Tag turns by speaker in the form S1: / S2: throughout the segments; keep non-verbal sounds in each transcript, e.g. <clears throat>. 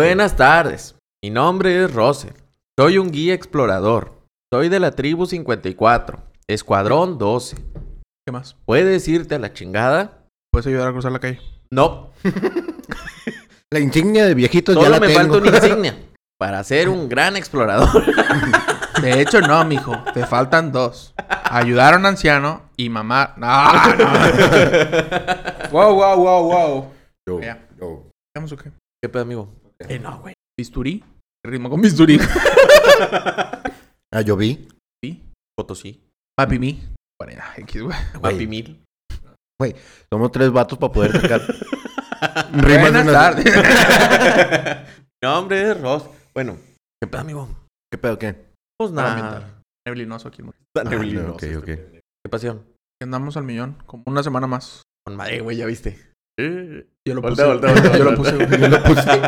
S1: Buenas tardes, mi nombre es Roser. Soy un guía explorador. Soy de la tribu 54, Escuadrón 12.
S2: ¿Qué más?
S1: ¿Puedes irte a la chingada?
S2: ¿Puedes ayudar a cruzar la calle?
S1: No,
S3: <laughs> La insignia de viejitos ya
S1: solo
S3: la
S1: me
S3: tengo.
S1: falta una insignia
S3: <laughs>
S1: para ser un gran explorador. <laughs>
S2: De hecho, no, mijo. Te faltan dos. Ayudar a un anciano y mamar. ¡Ah! wow, wow, wow, wow.
S3: Yo,
S2: Ya.
S3: yo.
S2: ¿Vamos o qué?
S1: ¿Qué pedo, amigo?
S2: Eh, no,
S1: <laughs>
S2: güey. ¿Bisturí? ¿Qué ritmo con bisturí?
S3: Ah, yo vi.
S2: ¿Sí?
S1: Potosí,
S2: Papi mi. Bueno, ya, X, güey.
S3: Güey,
S1: Guapimil.
S3: somos tres vatos para poder <laughs>
S2: <laughs>
S3: sacar. rimas de
S2: Buenas
S3: una-
S2: tardes.
S1: Mi nombre es Roser. Bueno, ¿qué pedo, amigo?
S3: ¿Qué pedo qué?
S1: Pues
S2: Ah,
S1: nada.
S2: Lamentable. Neblinoso aquí. güey.
S1: Tan
S3: Ah,
S1: neblinoso
S3: ok,
S1: este
S3: ok.
S1: pedo. ¿Qué pasión?
S2: Andamos al millón. Como una semana más.
S1: Con madre, güey, ya viste.
S2: Yo lo
S1: Voltea,
S2: puse.
S1: voltea, voltea,
S2: Yo lo
S1: voltea.
S2: puse. güey. Yo lo puse.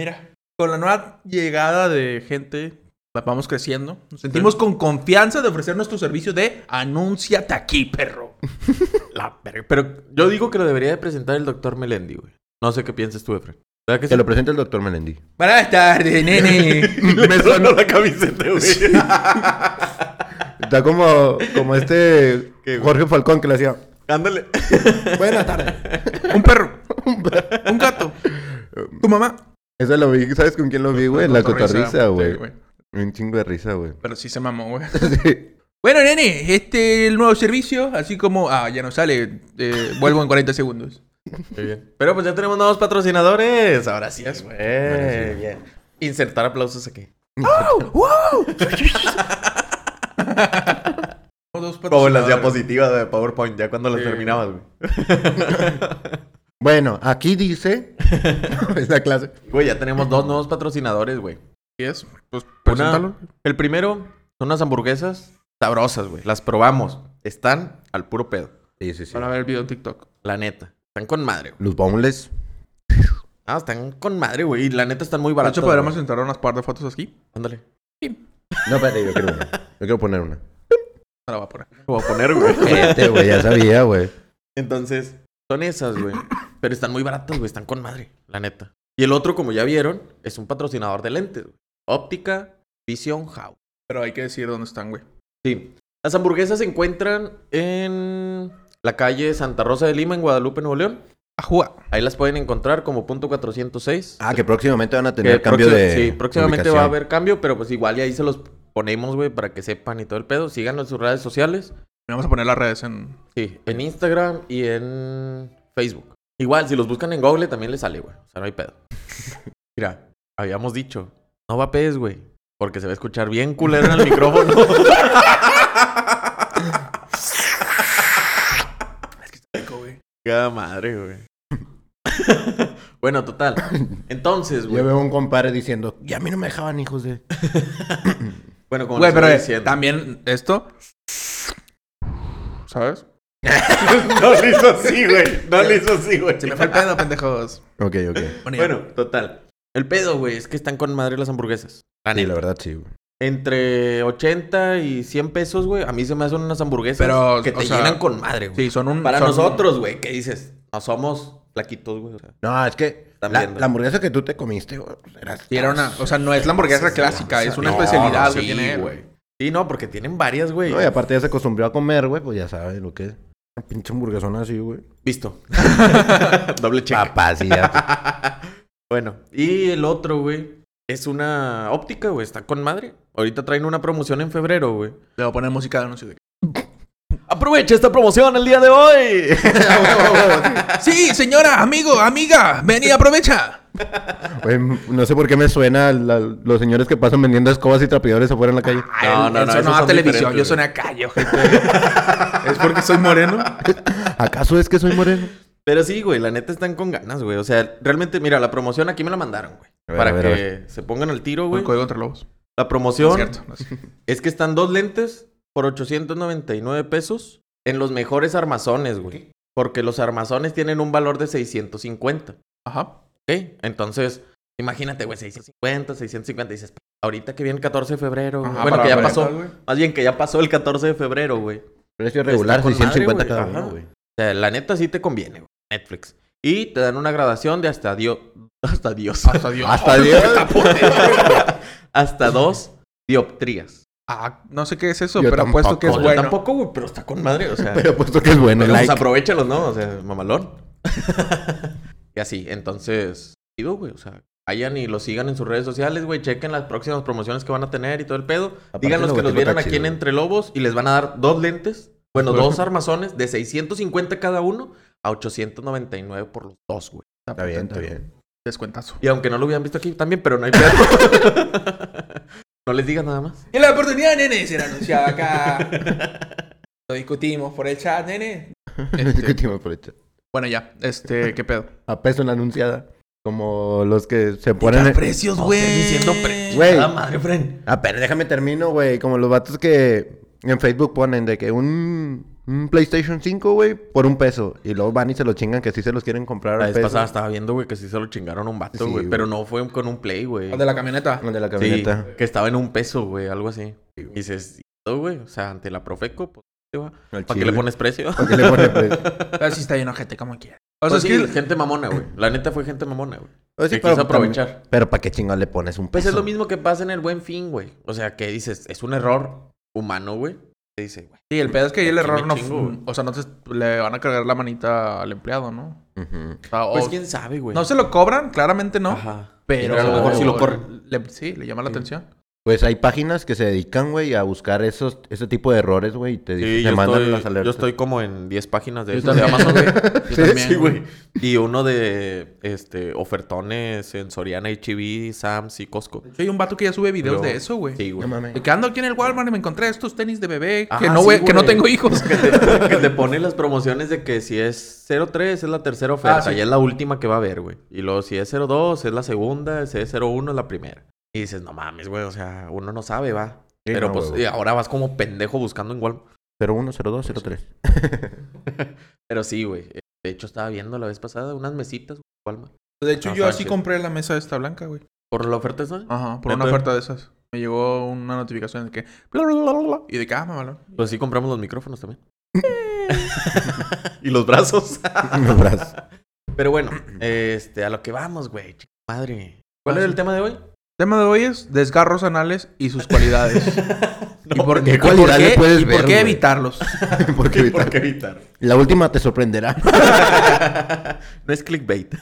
S2: Mira, con la nueva llegada de gente, la vamos creciendo. Nos sentimos con confianza de ofrecer nuestro servicio de anúnciate aquí, <laughs> perro.
S1: La verga. Pero yo digo que lo debería de presentar el doctor Melendi, güey. No sé qué piensas tú, Efra. ¿Verdad que
S3: Te
S1: sí? <laughs>
S3: lo presenta el doctor Melendi.
S2: Buenas tardes, <laughs> nene.
S1: Me sonó la camiseta, güey. <laughs>
S3: Está como, como este
S1: ¿Qué, güey?
S3: Jorge Falcón que le hacía.
S1: Ándale.
S3: Buenas tardes.
S2: Un perro. Un gato. Tu mamá.
S3: Eso lo vi, ¿sabes con quién lo vi, güey? En la cotorriza, güey.
S2: Sí,
S3: Un chingo de risa, güey.
S2: Pero sí se mamó, güey.
S3: Sí.
S2: Bueno, nene, este el nuevo servicio, así como. Ah, ya no sale. eh, vuelvo en 40 segundos.
S1: Muy bien. Pero pues ya tenemos nuevos patrocinadores. Ahora sí,
S2: Yes.
S1: güey.
S3: Ahora sí.
S1: Bien. Insertar aplausos aquí.
S2: ¡Wow! ¡Wow! <laughs> Dos
S1: Como en las
S2: patrocinadores.
S1: diapositivas de PowerPoint, ya cuando las
S2: Sí.
S1: terminabas, güey.
S3: Bueno,
S1: <laughs>
S3: aquí dice. Esa clase.
S1: Güey, ya tenemos dos nuevos patrocinadores, güey.
S2: Sí es, Pues,
S1: Una,
S2: preséntalo.
S1: el primero son unas hamburguesas sabrosas, güey. Las probamos. Están al puro pedo.
S3: Sí, sí, sí.
S2: Van a ver el video en TikTok.
S1: La neta. Están con madre, güey.
S3: Los baúles.
S1: Ah, están con madre, güey. Y la neta están muy
S2: De
S1: baratas.
S2: hecho, podremos
S1: güey.
S2: entrar unas par de fotos aquí.
S1: Ándale.
S3: No, espérate, yo quiero una. Yo quiero poner <laughs> una.
S2: No la voy a poner.
S1: Lo voy a poner, <laughs> güey.
S3: Este, güey, ya sabía, güey.
S1: Entonces, son esas, güey. <coughs> Pero están muy baratas, güey. Están con madre, la neta. Y el otro, como ya vieron, es un patrocinador de lentes, güey. Óptica Vision House.
S2: Pero hay que decir dónde están, güey.
S1: Sí. Las hamburguesas se encuentran en la calle Santa Rosa de Lima, en Guadalupe, Nuevo León.
S2: Ajua.
S1: Ahí las pueden encontrar como punto 406.
S3: Ah, que próximamente van a
S1: Que
S3: tener cambio
S1: próxima-
S3: de.
S1: Sí, próximamente va a
S3: ubicación.
S1: haber cambio, pero pues igual y ahí se los ponemos, güey, para que sepan y todo el pedo. Síganos en sus redes sociales.
S2: Vamos a poner las redes en.
S1: Sí, en Instagram y en Facebook. Igual, si los buscan en Google también les sale, güey. O sea, no hay <laughs> pedo. Mira, habíamos dicho, no vapees, güey. Porque se va a escuchar bien culero en el micrófono. <laughs> Cada madre, güey. <laughs> bueno, <laughs> total. Entonces,
S3: Yo
S1: güey.
S3: veo un compadre diciendo, ya a mí no me dejaban hijos de.
S1: Bueno, como
S2: Güey,
S1: les
S2: pero
S1: iba
S2: eh,
S1: diciendo.
S2: también esto. ¿Sabes?
S1: <laughs> No lo hizo así, güey. No lo hizo así, güey.
S2: Se me fue el pedo, pendejos.
S3: Ok, ok.
S2: Bueno, ya.
S1: Bueno, total. El pedo, güey, es que están con madre las hamburguesas. La
S3: Sí,
S1: neta.
S3: la verdad, sí, güey.
S1: Entre 80 y 100 pesos, güey. A mí se me hacen unas hamburguesas
S2: Pero,
S1: que te
S2: o sea,
S1: llenan con madre, güey.
S2: Sí, son un.
S1: Para
S2: son-
S1: nosotros, güey, ¿qué dices? No somos flaquitos, güey. o sea,
S3: No, es que la,
S1: También, ¿no?
S3: la hamburguesa que tú te comiste, güey, era...
S2: Sí, era una. O sea, no es la hamburguesa clásica, es una
S1: no,
S2: especialidad
S1: no,
S2: que
S1: sí,
S2: tiene. él.
S1: güey. Sí, no, porque tienen varias, güey.
S3: No, y aparte ya se acostumbró a comer, güey, pues ya sabes lo que es. Una pinche hamburguesona así, güey.
S1: Visto. <laughs> Doble check.
S3: Papá, sí, ya.
S1: Bueno, y el otro, güey, es una óptica, güey. Está con madre. Ahorita traen una promoción en febrero, güey.
S2: Le voy a poner música de anuncio de.
S1: Aprovecha esta promoción el día de hoy. <laughs>
S2: Sí, señora, amigo, amiga, ven y aprovecha.
S3: Güey, no sé por qué me suena la- los señores que pasan vendiendo escobas y trapeadores afuera en la calle.
S1: No, no, no, esos
S2: Sonó a
S1: son
S2: televisión,
S1: diferentes,
S2: yo soné a callo, gente. <laughs> ¿Es porque soy moreno?
S3: ¿Acaso es que soy moreno?
S1: Pero sí, güey, la neta están con ganas, güey. O sea, realmente, mira, la promoción aquí me la mandaron, güey.
S3: A ver,
S1: para
S3: a ver, a
S1: que se pongan al tiro, güey.
S2: El código entre lobos.
S1: La
S2: No es
S1: promoción
S2: cierto. no es cierto.
S1: es que están dos lentes por 899 pesos en los mejores armazones, güey. Porque los armazones tienen un valor de 650. ¿Ok?
S2: Ajá.
S1: Entonces, imagínate, güey, 650, 650. Dices, ahorita que viene el 14 de febrero. güey.
S2: Ajá,
S1: bueno,
S2: para
S1: que ya
S2: ver.
S1: pasó. Más bien que ya pasó el 14 de febrero, güey.
S3: Precio regular,
S1: Está con madre,
S3: 650
S1: güey.
S3: cada
S1: Ajá.
S3: uno, güey.
S1: O sea, la neta sí te conviene, güey. Netflix. Y te dan una graduación de hasta Dios. <laughs> Hasta Dios.
S2: Hasta Dios. <laughs>
S3: Hasta Dios.
S1: <laughs> hasta dos dioptrías.
S2: Ah, no sé qué es eso,
S3: Yo
S2: pero apuesto que es
S1: No, yo
S2: bueno.
S1: tampoco, güey, pero está con madre. O sea,
S3: Pero puesto que es bueno.
S1: Pero
S3: like. <laughs>
S1: pues aprovechalos, ¿no? O sea, mamalón. <laughs> y así, entonces, chido, güey. O sea, vayan y lo sigan en sus redes sociales, güey. Chequen las próximas promociones que van a tener y todo el pedo.
S3: Aparte,
S1: Díganlos
S3: el
S1: que nos
S3: logotipo
S1: vieron
S3: está
S1: aquí en
S3: chido,
S1: Entre Lobos y les van a dar dos lentes. Bueno,
S3: Bueno. <laughs>
S1: dos armazones de 650 cada uno a 899 por los dos, güey.
S3: Está bien, está bien.
S2: Descuentazo.
S1: Y aunque no lo hubieran visto aquí también, pero no hay pedo. <laughs> no les digas nada más.
S2: Y la oportunidad, nene, será anunciada acá. <laughs> Lo discutimos por el chat, nene. Este,
S3: <laughs> Discutimos por el chat.
S2: Bueno, ya. Este, ¿qué pedo?
S3: A peso en la anunciada. Como los que se ponen. en-
S2: precios, güey.
S1: diciendo pre-
S3: Güey.
S1: Cada madre, Fren.
S3: Ah, pero déjame termino, güey. Como los vatos que en Facebook ponen de que un, un PlayStation 5, güey, por un peso. Y luego van y se lo chingan que sí se los quieren comprar
S1: La
S3: al
S1: vez
S3: peso.
S1: pasada estaba viendo, güey, que sí se lo chingaron a un vato,
S3: pues, Sí,
S1: güey.
S3: güey.
S1: pero no fue con un play, güey.
S2: El de la camioneta.
S3: El de la
S1: Sí,
S3: camioneta.
S1: que estaba en un peso, güey, algo así. Y dices, "Todo, güey, o sea, ante la Profeco, pues, te va.
S3: Al
S1: ¿para qué
S3: chile.
S1: le pones precio?
S3: ¿Para qué le pues. pones precio?
S2: Así está lleno de gente, como quiera. O
S1: <laughs>
S2: sea,
S1: Pues sí,
S2: es que...
S1: gente mamona, güey. La neta fue gente mamona, güey.
S3: <laughs> Pues sí,
S1: Se
S3: pero
S1: quiso aprovechar.
S3: Pero ¿para qué chingón le pones un
S1: Pues
S3: peso?
S1: es lo mismo que pasa en el buen fin, güey. O sea, que dices, es un error humano, güey. Te dice, güey.
S2: Sí, el pedo es que ahí el
S1: Sí me
S2: error no...
S1: chingo, güey.
S2: O sea, no te... le van a cargar la manita al empleado, ¿no?
S3: Ujú.
S2: O sea, o-
S1: Pues quién sabe, güey.
S2: no se lo cobran, claramente no.
S1: Ajá.
S2: Pero...
S1: Pero a lo mejor sí lo corren.
S2: Le- Sí, le llama la
S1: Sí.
S2: atención.
S3: Pues hay páginas que se dedican, güey, a buscar esos, ese tipo de errores, güey, y te, dicen-
S1: Sí,
S3: te
S1: yo,
S3: mandan
S1: estoy,
S3: las alertas.
S1: yo estoy como en 10 páginas de,
S2: Yo
S1: esas de
S2: también,
S1: Amazon, güey.
S2: Yo
S3: Sí,
S1: <laughs>
S2: también,
S1: Sí, güey. Y uno de este, ofertones en Soriana, HB, Sam's y Costco.
S2: Hay un vato que ya sube videos
S1: Yo-
S2: de eso, güey.
S1: Sí, güey.
S3: No mames.
S2: Y que ando aquí en el Walmart y me encontré estos tenis de bebé que,
S1: Ah,
S2: no,
S1: sí,
S2: güey, que no
S1: güey. <laughs>
S2: tengo hijos.
S1: Pues que, te, que te pone las promociones de que si es 03 es la tercera oferta
S2: Ah, sí.
S1: y es la última que va a haber, güey. Y luego si es 02 es la segunda, si es 01 es la primera. Y dices, no mames, güey, o sea, uno no sabe, va.
S3: Sí,
S1: Pero
S3: no,
S1: pues
S3: güey.
S1: y ahora vas como pendejo buscando en Walmart.
S3: 01, 02,
S1: <laughs>
S3: <laughs> 03.
S1: Pero sí, güey. Eh, De hecho, estaba viendo la vez pasada unas mesitas güey, en Walmart.
S2: De hecho,
S1: Ah,
S2: yo
S1: está
S2: así
S1: chido.
S2: compré la mesa esta blanca, güey.
S1: Por la oferta esa.
S2: Ajá, por
S1: ¿Neta?
S2: una oferta de esas. Me llegó una notificación de que... bla, bla, bla, bla, bla, y de que, ah, mamalón.
S1: Pues sí compramos los micrófonos también. <laughs> y los brazos.
S3: Un abrazo.
S1: <laughs> Pero bueno, este, a lo que vamos, güey. Chica Madre. Ah, ¿Cuál era el tema <laughs> de hoy?
S2: El tema de hoy es desgarros anales
S1: <laughs>
S2: y sus cualidades. ¿Y por
S3: ¿qué
S2: y por
S3: cualidad le
S2: qué-
S3: puedes
S2: y por
S3: ver,
S2: qué
S3: güey?
S2: evitarlos?
S3: <laughs> Porque ahorita-
S1: ¿Por qué evitar?
S3: La última te sorprenderá.
S1: <laughs> no es clickbait.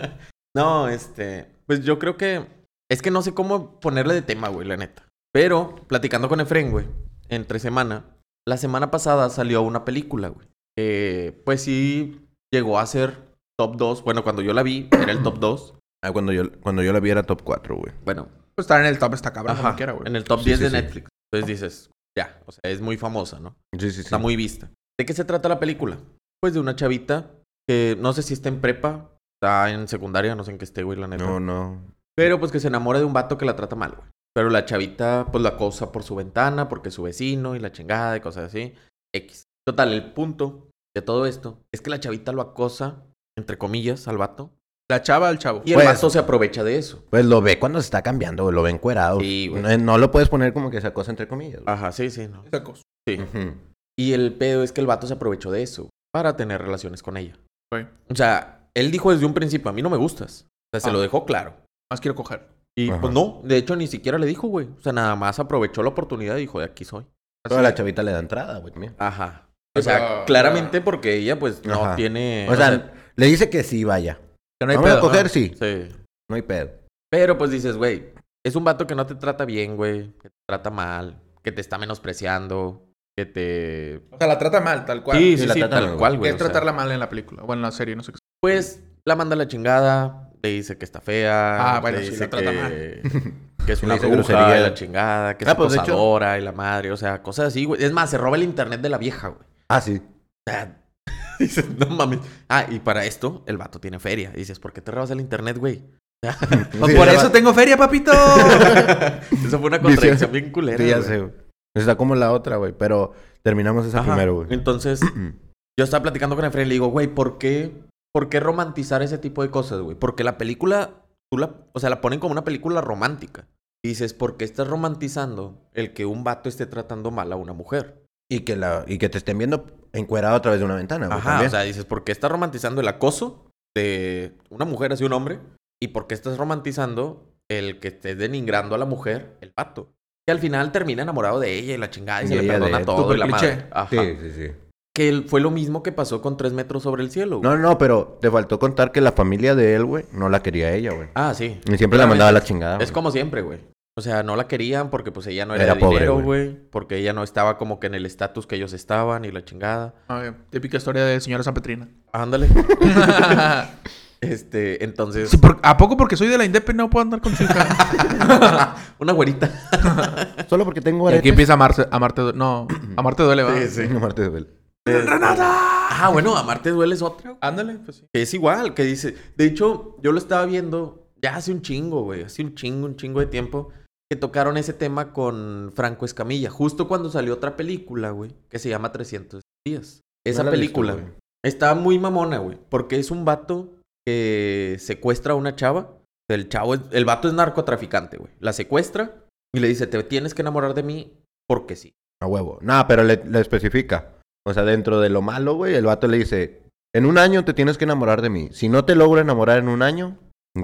S1: <laughs> no, este. Pues yo creo que. Es que no sé cómo ponerle de tema, güey, la neta. Pero, platicando con Efren, güey, entre semana. La semana pasada salió una película, güey. Que, pues sí, llegó a ser top 2. Bueno, cuando yo la vi, era el top 2.
S3: Ah, cuando yo, cuando yo la vi era top 4, güey.
S1: Bueno,
S2: Pues estar en el top está cabrón,
S1: ajá,
S2: como quiera, güey.
S1: en el top
S3: Pues, Sí,
S1: 10
S3: sí,
S1: de
S3: sí.
S1: Netflix. Entonces dices, ya, o sea, es muy famosa, ¿no?
S3: Sí, sí, sí.
S1: Está muy vista. ¿De qué se trata la película? Pues de una chavita que no sé si está en prepa, está en secundaria, no sé en qué esté, güey, la neta.
S3: No, no.
S1: Pero pues que se enamora de un vato que la trata mal, güey. Pero la chavita pues la acosa por su ventana, porque es su vecino y la chingada y cosas así. X. Total, el punto de todo esto es que la chavita lo acosa, entre comillas, al vato.
S2: La chava al chavo.
S1: Y el
S3: Pues-
S1: vato se aprovecha de eso.
S3: Pues lo ve cuando se está cambiando, güey. Lo ve encuerado.
S1: Sí, güey.
S3: no, no lo puedes poner como que esa cosa entre comillas. güey.
S1: Ajá, sí, sí, no.
S2: Esa cosa.
S3: Ujú.
S1: Y el pedo es que el vato se aprovechó de eso para tener relaciones con ella.
S2: Ok.
S1: O sea, él dijo desde un principio, a mí no me gustas. O sea, se
S2: Ah.
S1: lo dejó claro.
S2: Más quiero coger.
S1: Y
S3: Ajá.
S1: pues no, de hecho ni siquiera le dijo, güey. O sea, nada más aprovechó la oportunidad y dijo, de aquí soy.
S3: Pero a la chavita le da entrada, güey. también.
S1: Ajá.
S2: Sí,
S1: O sea,
S2: pero-
S1: claramente porque ella pues no
S3: Ajá.
S1: tiene...
S3: O sea, le dice que sí, vaya.
S2: Que no hay
S3: Vamos
S2: pedo,
S3: a coger,
S2: ¿no?
S3: sí.
S1: sí.
S3: No hay pedo.
S1: Pero pues dices, güey, es un vato que no te trata bien, güey. Que te trata mal, que te está menospreciando, que te...
S2: O sea, la trata mal, tal cual.
S1: sí,
S3: sí,
S1: sí,
S3: la
S1: sí,
S3: tratan
S1: tal
S3: mal,
S1: cual,
S2: Que
S1: güey.
S2: es
S1: o sea.
S2: tratarla mal en la película. Bueno, en la serie, no sé qué.
S1: Pues la manda a la chingada, le dice que está fea.
S2: Ah, bueno,
S1: le
S2: sí,
S1: dice
S2: la trata
S1: que, <laughs> que es
S3: Le
S1: una bruja,
S3: dice
S1: y
S3: grosería.
S1: la chingada, que es
S3: Ah, pues, de hecho-
S1: acosadora y la madre, o sea, cosas así, güey. Es más, se roba el internet de la vieja, güey. O
S3: Ah, <laughs> sí.
S1: sea, <laughs> dices, no mames. Ah, y para esto, el vato tiene feria. Y dices, ¿por qué te robas el internet,
S3: <laughs>
S1: güey?
S2: Pues
S3: Sí,
S2: por
S3: ya
S2: eso
S3: va-
S2: tengo feria, <laughs> papito.
S1: Eso fue una contradicción bien culera.
S3: Sí, ya
S1: güey.
S3: sé, güey. Está como la otra, güey. Pero terminamos esa
S1: Ajá.
S3: primero, güey.
S1: Entonces, yo estaba platicando con Efraín y le digo, güey, ¿por qué, ¿por qué romantizar ese tipo de cosas, güey? Porque la película, tú la, o sea, la ponen como una película romántica. Y dices, ¿por qué estás romantizando el que un vato esté tratando mal a una mujer?
S3: <clears throat> Y que, la, y que te estén viendo encuerado a través de una ventana, güey.
S1: Ajá,
S3: también.
S1: o sea, dices, ¿por qué estás romantizando el acoso de una mujer hacia un hombre. ¿Y por qué estás romantizando el que estés denigrando a la mujer, el pato? Que al final termina enamorado de ella y la chingada y,
S4: Y
S1: se le
S4: ella de
S1: perdona
S4: él.
S1: todo y la
S2: Supercliché.
S1: madre. Ajá.
S4: Sí, sí, sí.
S1: Que el- fue lo mismo que pasó con Tres Metros Sobre el Cielo. güey.
S3: No, no, pero te faltó contar que la familia de él, güey, no la quería ella, güey.
S1: Ah, sí.
S3: Y siempre la
S1: Claramente.
S3: mandaba a la chingada.
S1: Es
S3: güey.
S1: como siempre, güey. O sea, no la querían porque pues ella no era,
S3: Era
S1: de
S3: pobre,
S1: dinero,
S3: güey.
S1: güey. Porque ella no estaba como que en el estatus que ellos estaban y la chingada.
S2: Ah, típica historia de señora San Petrina.
S1: Ándale. <laughs> este, entonces... <laughs>
S2: <laughs> Sí, por- ¿A poco porque soy de la Independencia no puedo andar con chica?
S1: Una güerita.
S3: Solo porque tengo
S2: y aquí
S3: aretes.
S2: empieza a amarse, amarte, du-
S1: <clears throat>
S2: no, amarte duele, ¿va?
S3: No, <laughs> Marte de Bel.
S1: Ah, bueno, Amarte Duele es otra. güey.
S2: Ándale, pues sí.
S1: Que es igual, que dice... De hecho, yo lo estaba viendo ya hace un chingo, güey. Hace un chingo, un chingo de tiempo. Que tocaron ese tema con Franco Escamilla. Justo cuando salió otra película, güey. Que se llama 300 días. Esa
S3: No la he visto,
S1: película,
S3: güey.
S1: Está muy mamona, güey. Porque es un vato que secuestra a una chava. El chavo, es- el vato es narcotraficante, güey. La secuestra y le dice, te tienes que enamorar de mí porque sí.
S3: A huevo. Nah, pero le, le especifica. O sea, dentro de lo malo, güey, el vato le dice, en un año te tienes que enamorar de mí. Si no te logro enamorar en un año,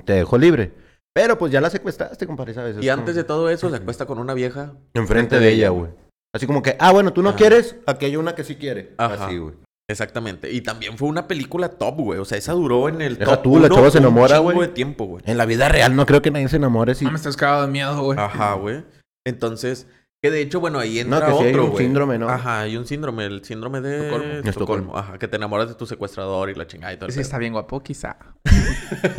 S3: te dejo libre. Pero pues ya la secuestraste, compadre, ¿sabes?
S1: Y antes de todo eso, se acuesta con una vieja.
S3: Enfrente de ella, güey. Así como que, ah, bueno, tú no
S1: Ajá.
S3: quieres, aquí hay una que sí quiere.
S1: Ajá.
S4: Así, güey.
S1: Exactamente. Y también fue una película top, güey. O sea, esa duró en el
S3: Deja
S1: top
S3: tú, la
S1: uno
S3: chava se
S1: un
S3: enamora,
S1: chingo
S3: güey. Eh,
S1: de tiempo, güey.
S3: En la vida real no creo que nadie se enamore si...
S2: Ah, me estás cagado de miedo, güey.
S1: Ajá, güey. Entonces, que de hecho, bueno, ahí entra
S3: No, que sí
S1: otro,
S3: hay un
S1: güey.
S3: síndrome, ¿no?
S1: Ajá, hay un síndrome, el síndrome de
S2: Estocolmo.
S1: Estocolmo.
S3: Estocolmo.
S1: Ajá, que te enamoras de tu secuestrador y la chingada y todo el
S2: Sí,
S1: pedo.
S2: está bien guapo, quizá.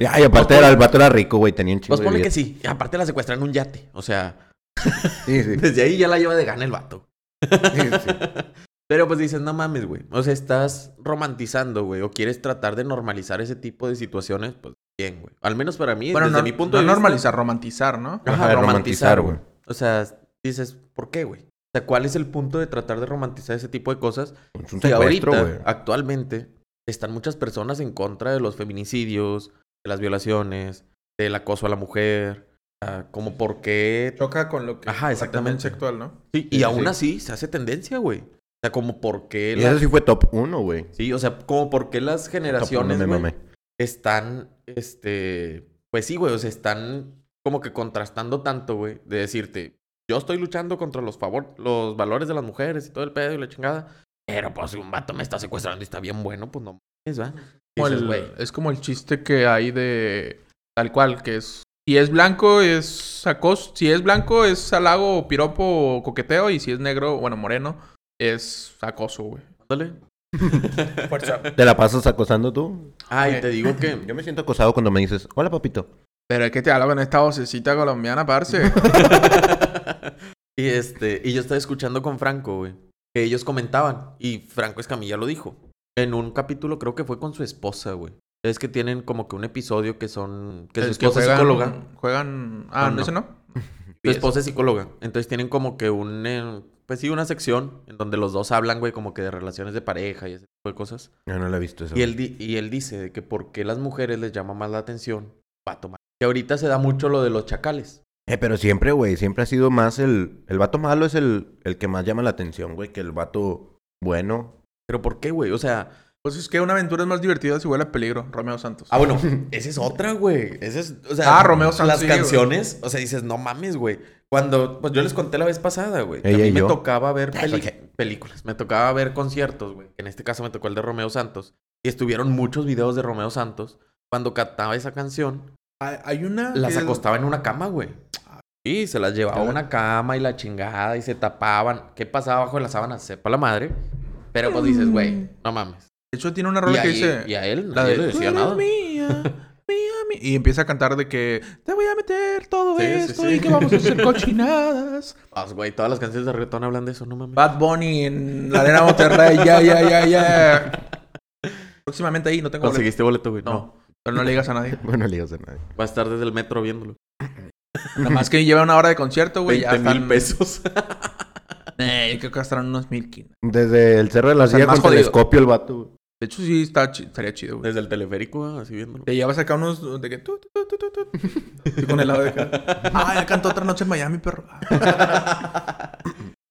S3: Ay, aparte era, el vato era rico, güey, tenía un chingo
S1: Pues
S3: de
S1: ponle que
S3: billetes.
S1: sí. Y aparte la secuestran en un yate. O sea, <laughs>
S3: Sí, sí.
S1: desde ahí ya la lleva de gana el vato.
S3: sí, sí.
S1: Pero pues dices, no mames, güey. O sea, estás romantizando, güey. O quieres tratar de normalizar ese tipo de situaciones, pues bien, güey. Al menos para mí,
S2: Bueno,
S1: desde
S2: no,
S1: mi punto
S2: no
S1: de vista.
S2: normalizar, romantizar, ¿no?
S1: Ajá,
S3: Ajá, de
S1: romantizar,
S3: romantizar,
S1: güey.
S3: güey.
S1: O sea, dices, ¿por qué, güey? O sea, ¿cuál es el punto de tratar de romantizar ese tipo de cosas?
S3: Pues Es un
S1: Y ahorita,
S3: secuestro, güey.
S1: actualmente, están muchas personas en contra de los feminicidios, de las violaciones, del acoso a la mujer. O sea, como por qué
S2: Choca con lo que...
S1: Ajá, exactamente.
S2: sexual, ¿no?
S1: Sí, y
S3: Sí, sí,
S1: aún
S3: sí.
S1: así se hace tendencia, güey. O sea, como por qué...
S3: Y
S1: la-
S3: eso sí fue top 1, güey.
S1: Sí, o sea, como por qué las generaciones,
S3: Top uno, me
S1: güey,
S3: mamé.
S1: están, este... Pues sí, güey, o sea, están como que contrastando tanto, güey, de decirte... Yo estoy luchando contra los favor, los valores de las mujeres y todo el pedo y la chingada. Pero pues si un vato me está secuestrando y está bien bueno, pues no mames, ¿va?
S2: Como
S1: Dices,
S2: el-
S1: güey.
S2: es como el chiste que hay de tal cual, que es si es blanco es acoso, si es blanco es halago, o piropo o coqueteo y si es negro, bueno, moreno es acoso, güey.
S1: ándale.
S3: ¿Te la pasas acosando tú?
S1: Ay,
S2: Güey.
S1: Ah, te digo que...
S2: <laughs>
S3: Yo me siento acosado cuando me dices, hola, papito.
S2: Pero es que te hablo con esta vocecita colombiana, parce.
S1: y este, y yo estaba escuchando con Franco, güey, que ellos comentaban y Franco Escamilla lo dijo en un capítulo, creo que fue con su esposa, güey. Es que tienen como que un episodio que son <laughs> que su
S2: Es
S1: esposa es psicóloga,
S2: Juegan...
S1: No,
S2: Ah,
S1: no.
S2: ¿no? ¿Ese no?
S1: su esposa es psicóloga. Entonces tienen como que un eh, pues sí, una sección en donde los dos hablan, güey, como que de relaciones de pareja y ese tipo de cosas.
S3: Yo no la he visto eso.
S1: Y él, di- y él dice de que por qué las mujeres les llama más la atención vato ma- Que ahorita se da mucho lo de los chacales.
S3: Eh, pero siempre, güey, siempre ha sido más el... El vato malo es el, el que más llama la atención, güey, que el vato bueno.
S1: Pero ¿por qué, güey? O sea,
S2: Pues es que una aventura es más divertida si huele a peligro, Romeo Santos.
S1: Ah,
S2: <laughs>
S1: bueno, esa es otra, güey. Esa es, o sea,
S2: Ah, Romeo Santos,
S1: Las
S2: sí, güey.
S1: canciones, o sea, dices, no mames, güey. Cuando, pues yo les conté la vez pasada, güey. que
S3: Ella
S1: a mí
S3: y
S1: me
S3: yo.
S1: tocaba ver peli-
S3: ok.
S1: películas, me tocaba ver conciertos, güey. En este caso me tocó el de Romeo Santos. Y estuvieron muchos videos de Romeo Santos. Cuando cantaba esa canción,
S2: Hay- Hay una...
S1: las
S2: que-
S1: acostaba en una cama, güey.
S2: Ah,
S1: Y se las llevaba a una cama y la chingada y se tapaban. ¿Qué pasaba abajo de la sábana? Sepa la madre. Pero pues dices, güey, no mames.
S2: De hecho tiene una
S1: Y,
S2: Mm. rola que
S1: ahí-
S2: dice...
S1: y a él
S2: La de
S1: nadie le decía
S2: "Tú eres
S1: nada.
S2: <laughs> Mía, mía, mía", Y empieza a cantar de que te voy a meter todo
S1: Sí, sí,
S2: esto
S1: sí.
S2: y que vamos a <laughs> hacer cochinadas.
S1: Ah, güey, todas las canciones de reggaetón hablan de eso, no mames.
S2: Bad Bunny en la arena Monterrey, ya, ya, ya, ya. <laughs> Próximamente ahí no tengo boleto.
S1: ¿Conseguiste boleto, güey? No.
S2: No, pero no le digas a nadie.
S3: Bueno, le digas a nadie.
S1: Va a estar desde el metro viéndolo.
S2: Nada más <laughs> que lleva una hora de concierto, güey.
S1: 20
S2: ya
S1: mil
S2: están-
S1: pesos. <laughs>
S2: Eh, yo creo que estarán unos mil quin-
S3: Desde el Cerro de la
S2: sea,
S3: Silla
S2: más
S3: con
S2: jodido.
S3: telescopio el vato. güey.
S2: De hecho, sí, está chi- estaría chido, güey.
S1: desde el teleférico, ah, así viéndolo.
S2: Te llevas acá unos de que tú, tú, tú, tú, tú, tú. Y con el lado de <laughs> acá. Ah, ya cantó otra noche en Miami, perro. Ah,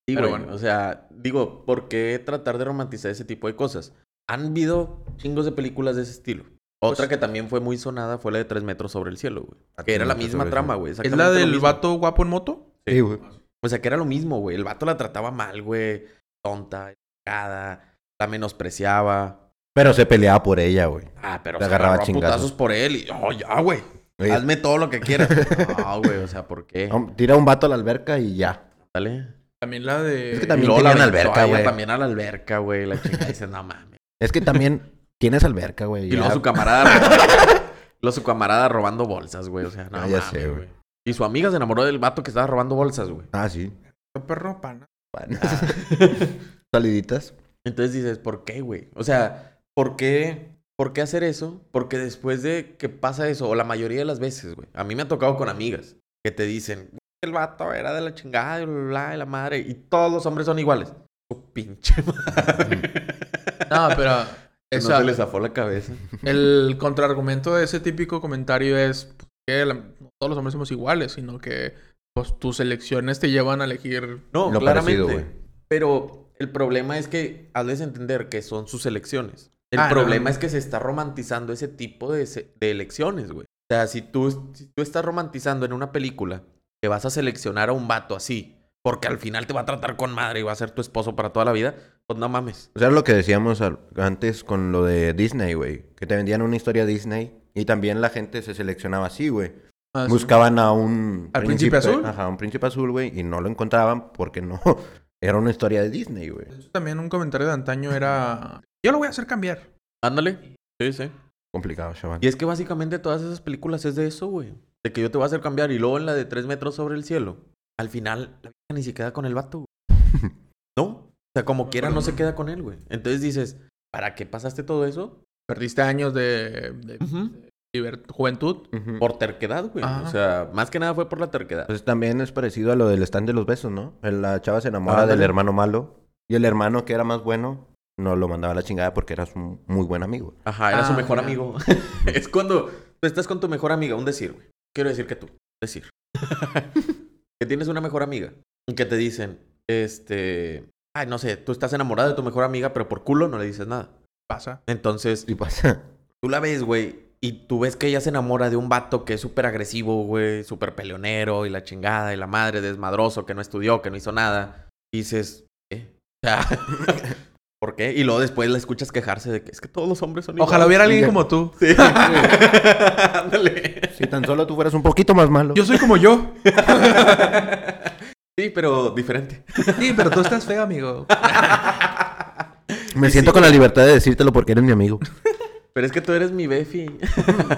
S1: Sí,
S2: Pero
S1: güey,
S2: bueno.
S1: O sea, digo, ¿por qué tratar de romantizar ese tipo de cosas? Han habido chingos de películas de ese estilo. Otra que también fue muy sonada fue la de Tres metros sobre el cielo, güey. Que era la misma trama, güey.
S2: ¿Es la
S1: exactamente lo
S2: del
S1: mismo.
S2: vato guapo en moto?
S3: Sí, güey.
S1: O sea, que era lo mismo, güey. El vato la trataba mal, güey. Tonta, cagada, la menospreciaba.
S3: Pero se peleaba por ella, güey.
S1: Ah, pero
S3: Le
S1: se
S3: agarraba
S1: agarraba
S3: chingazos.
S1: putazos por él y, oh, ya, güey.
S3: Oye,
S1: Hazme todo lo que
S3: <laughs>
S1: quieras. no, güey, o sea, ¿por qué?
S3: am- Tira un vato a la alberca y ya.
S1: Dale.
S2: También la de...
S3: Es que
S1: Y
S3: también
S1: luego la
S3: tenían
S1: aventó
S3: alberca,
S1: a ella
S3: güey.
S1: También a la alberca, güey. La chica dice, no
S3: <laughs>
S1: mames.
S3: Es que también <laughs> tienes alberca, güey.
S1: Y
S3: ya.
S1: luego su
S3: <laughs>
S1: camarada. luego su camarada robando bolsas, güey. O sea, no
S3: Ah, ya
S1: mames,
S3: sé, güey.
S1: güey. Y su amiga se enamoró del vato que estaba robando bolsas, güey.
S3: Ah, sí.
S2: Perro, pana.
S3: Bueno. <laughs> Saliditas.
S1: Entonces dices, ¿por qué, güey? O sea, ¿por qué, ¿por qué hacer eso? Porque después de que pasa eso, o la mayoría de las veces, güey, a mí me ha tocado con amigas que te dicen, el vato era de la chingada, y bla, bla, bla, de la madre, y todos los hombres son iguales. Su pinche madre.
S2: No, pero...
S1: Eso
S2: esa-
S1: No se le zafó la cabeza.
S2: El contraargumento de ese típico comentario es pues, que la- no todos los hombres somos iguales, sino que pues, tus elecciones te llevan a elegir.
S1: No,
S3: Lo
S1: claramente.
S3: parecido, güey.
S1: pero el problema es que hazles entender que son sus elecciones. El
S2: Ah, no,
S1: problema
S2: no.
S1: es que se está romantizando ese tipo de, se- de elecciones, güey. O sea, si tú, si tú estás romantizando en una película que vas a seleccionar a un vato así, porque al final te va a tratar con madre y va a ser tu esposo para toda la vida, pues no mames.
S3: O sea, lo que decíamos al- antes con lo de Disney, güey. Que te vendían una historia Disney y también la gente se seleccionaba así, güey.
S2: más-
S3: Buscaban a un...
S2: ¿Ah, ¿Al príncipe azul?
S3: Ajá, un príncipe azul, güey. Y no lo encontraban porque no... <laughs> Era una historia de Disney, güey.
S2: De hecho, También un comentario de antaño era, yo lo voy a hacer cambiar.
S1: Ándale. Sí, sí.
S3: Complicado, chaval.
S1: Y es que básicamente todas esas películas es de eso, güey. De que yo te voy a hacer cambiar y luego en la de tres metros sobre el cielo. Al final, la vieja ni se queda con el vato, güey. ¿No? O sea, como quiera, no se queda con él, güey. Entonces dices, ¿para qué pasaste todo eso?
S2: Perdiste años de, de- de liber- juventud.
S3: Ujú.
S1: Por terquedad, güey.
S2: Ajá.
S1: O sea, más que nada fue por la terquedad.
S3: Pues también es parecido a lo del stand de los besos, ¿no? El- La chava se enamora
S1: Ándale.
S3: del hermano malo y el hermano que era más bueno no lo mandaba a la chingada porque era su muy buen amigo.
S1: Ajá, era
S2: Ah,
S1: su mejor
S2: mira. <laughs>
S1: amigo. <laughs> es cuando tú estás con tu mejor amiga, un decir, güey. Quiero decir que tú,
S2: <laughs>
S1: decir. que tienes una mejor amiga. Y que te dicen, este. Ay, no sé, tú estás enamorado de tu mejor amiga, pero por culo no le dices nada.
S2: Pasa.
S1: Entonces,
S3: Y pasa.
S1: tú la ves, güey, y tú ves que ella se enamora de un vato que es súper agresivo, güey, súper peleonero y la chingada y la madre, desmadroso, que no estudió, que no hizo nada. Y dices, ¿qué? O sea, <laughs> ¿por qué? Y luego después la escuchas quejarse de que es que todos los hombres son
S2: Ojalá hubiera alguien
S3: Ya.
S2: como tú.
S1: Sí. <laughs> Ándale.
S3: Si tan solo tú fueras un poquito más malo.
S2: Yo soy como yo.
S1: Sí, pero diferente.
S2: Sí, pero tú estás feo, amigo.
S3: Me siento con la libertad de decírtelo porque eres mi amigo.
S1: Pero es que tú eres mi befi.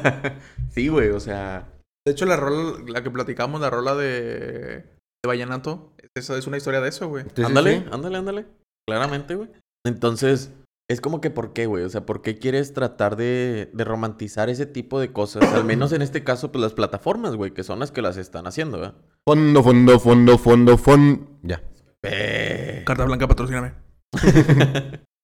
S1: <laughs> sí, güey, o sea,
S2: De hecho, la rola, la que platicamos, la rola de, de Vallenato, esa es una historia de eso, güey.
S3: Entonces,
S1: ándale,
S3: sí.
S1: ándale, ándale. Claramente, güey. Entonces, es como que ¿por qué, güey? O sea, ¿por qué quieres tratar de, de romantizar ese tipo de cosas? Al menos en este caso, pues las plataformas, güey, que son las que las están haciendo, ¿verdad?
S3: Fondo, fondo, fondo, fondo, fondo. Ya.
S1: Ve.
S2: Carta Blanca, patrocíname.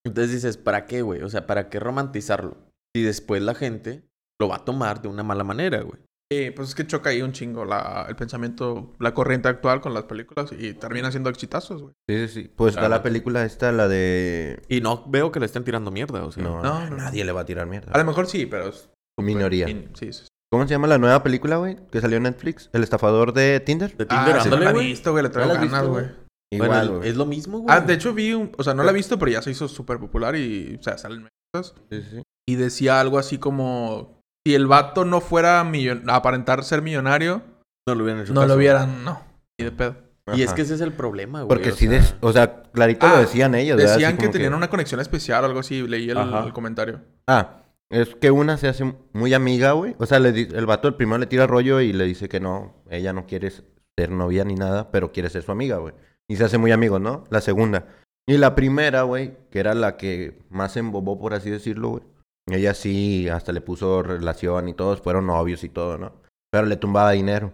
S1: Entonces dices, ¿para qué, güey? O sea, ¿para qué romantizarlo? Si después la gente lo va a tomar de una mala manera, güey.
S2: Eh, pues es que choca ahí un chingo la, el pensamiento, la corriente actual con las películas y termina siendo exitazos, güey.
S3: Sí, sí, sí. Pues está la
S1: Claramente.
S3: película esta, la de...
S1: Y no veo que le estén tirando mierda, o sea.
S3: No,
S2: No, no,
S3: nadie le va a tirar mierda.
S2: A lo mejor sí, pero es
S3: Minoría.
S2: in- sí, sí. sí.
S3: ¿Cómo se llama la nueva película, güey? Que salió en Netflix. El estafador de Tinder.
S1: De Tinder,
S2: ah, sí, no
S1: ándale,
S2: la he
S1: güey.
S2: visto, güey, le traigo
S1: la has
S2: ganas,
S1: visto,
S2: güey.
S1: Bueno,
S3: Igual,
S1: es-
S3: güey.
S1: es lo mismo, güey.
S2: Ah, de hecho vi un, o sea, no la he visto, pero ya se hizo súper popular y, o sea, salen memes.
S3: Sí, sí, sí.
S2: Y decía algo así como, si el vato no fuera millon- a aparentar ser millonario,
S1: no lo hubieran hecho
S2: no
S1: caso.
S2: lo vieran, no, ni de pedo.
S1: Y es
S3: Ajá.
S1: que ese es el problema, güey.
S3: Porque
S1: o
S3: sí,
S1: sea,
S3: des- o sea, clarito lo
S2: Ah,
S3: decían ellos, ¿verdad? Así
S2: Decían que
S3: como
S2: tenían una conexión especial o algo así, leí el,
S1: Ajá.
S2: el comentario.
S3: Ah, es que una se hace muy amiga, güey. O sea, le di- el vato el primero le tira rollo y le dice que no, ella no quiere ser novia ni nada, pero quiere ser su amiga, güey. Y se hace muy amigo, ¿no? La segunda. Y la primera, güey, que era la que más se embobó, por así decirlo, güey. Ella sí, hasta le puso relación y todos fueron novios y todo, ¿no? Pero le tumbaba dinero.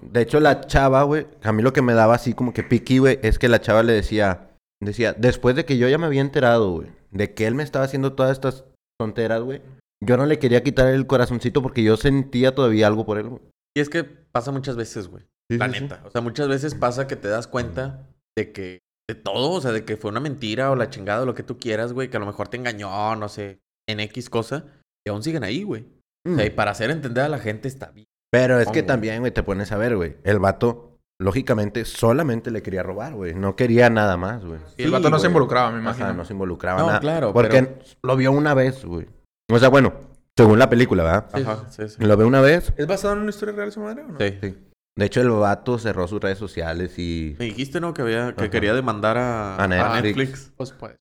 S3: De hecho, la chava, güey, a mí lo que me daba así como que piqui, güey, es que la chava le decía, decía, después de que yo ya me había enterado, güey, de que él me estaba haciendo todas estas tonteras, güey. Yo no le quería quitar el corazoncito porque yo sentía todavía algo por él, güey.
S1: Y es que pasa muchas veces, güey. la neta. O sea, muchas veces pasa que te das cuenta de que... De todo, o sea, de que fue una mentira o la chingada o lo que tú quieras, güey. Que a lo mejor te engañó, no sé, en X cosa. Y aún siguen ahí, güey.
S3: Mm.
S1: O sea, y para hacer entender a la gente está bien.
S3: Pero es
S1: Supongo,
S3: que
S1: güey.
S3: también, güey, te pones a ver, güey. El vato, lógicamente, solamente le quería robar, güey. No quería nada más, güey.
S2: Y el vato no se
S1: güey.
S2: involucraba, me imagino.
S3: Ajá, no se involucraba
S1: No,
S3: nada.
S1: claro,
S3: Porque
S1: pero-
S3: lo vio una vez, güey. O sea, bueno, según la película, ¿verdad?
S2: Sí,
S1: Ajá, sí, sí.
S3: Lo ve una vez.
S2: ¿Es basado en una historia real su madre o no?
S1: Sí.
S3: Sí. De hecho, el vato cerró sus redes sociales y,
S1: Me dijiste, ¿no? Que, había, que
S3: Ajá.
S1: quería demandar a,
S3: A
S1: a Netflix.
S3: Netflix.
S2: Pues puede.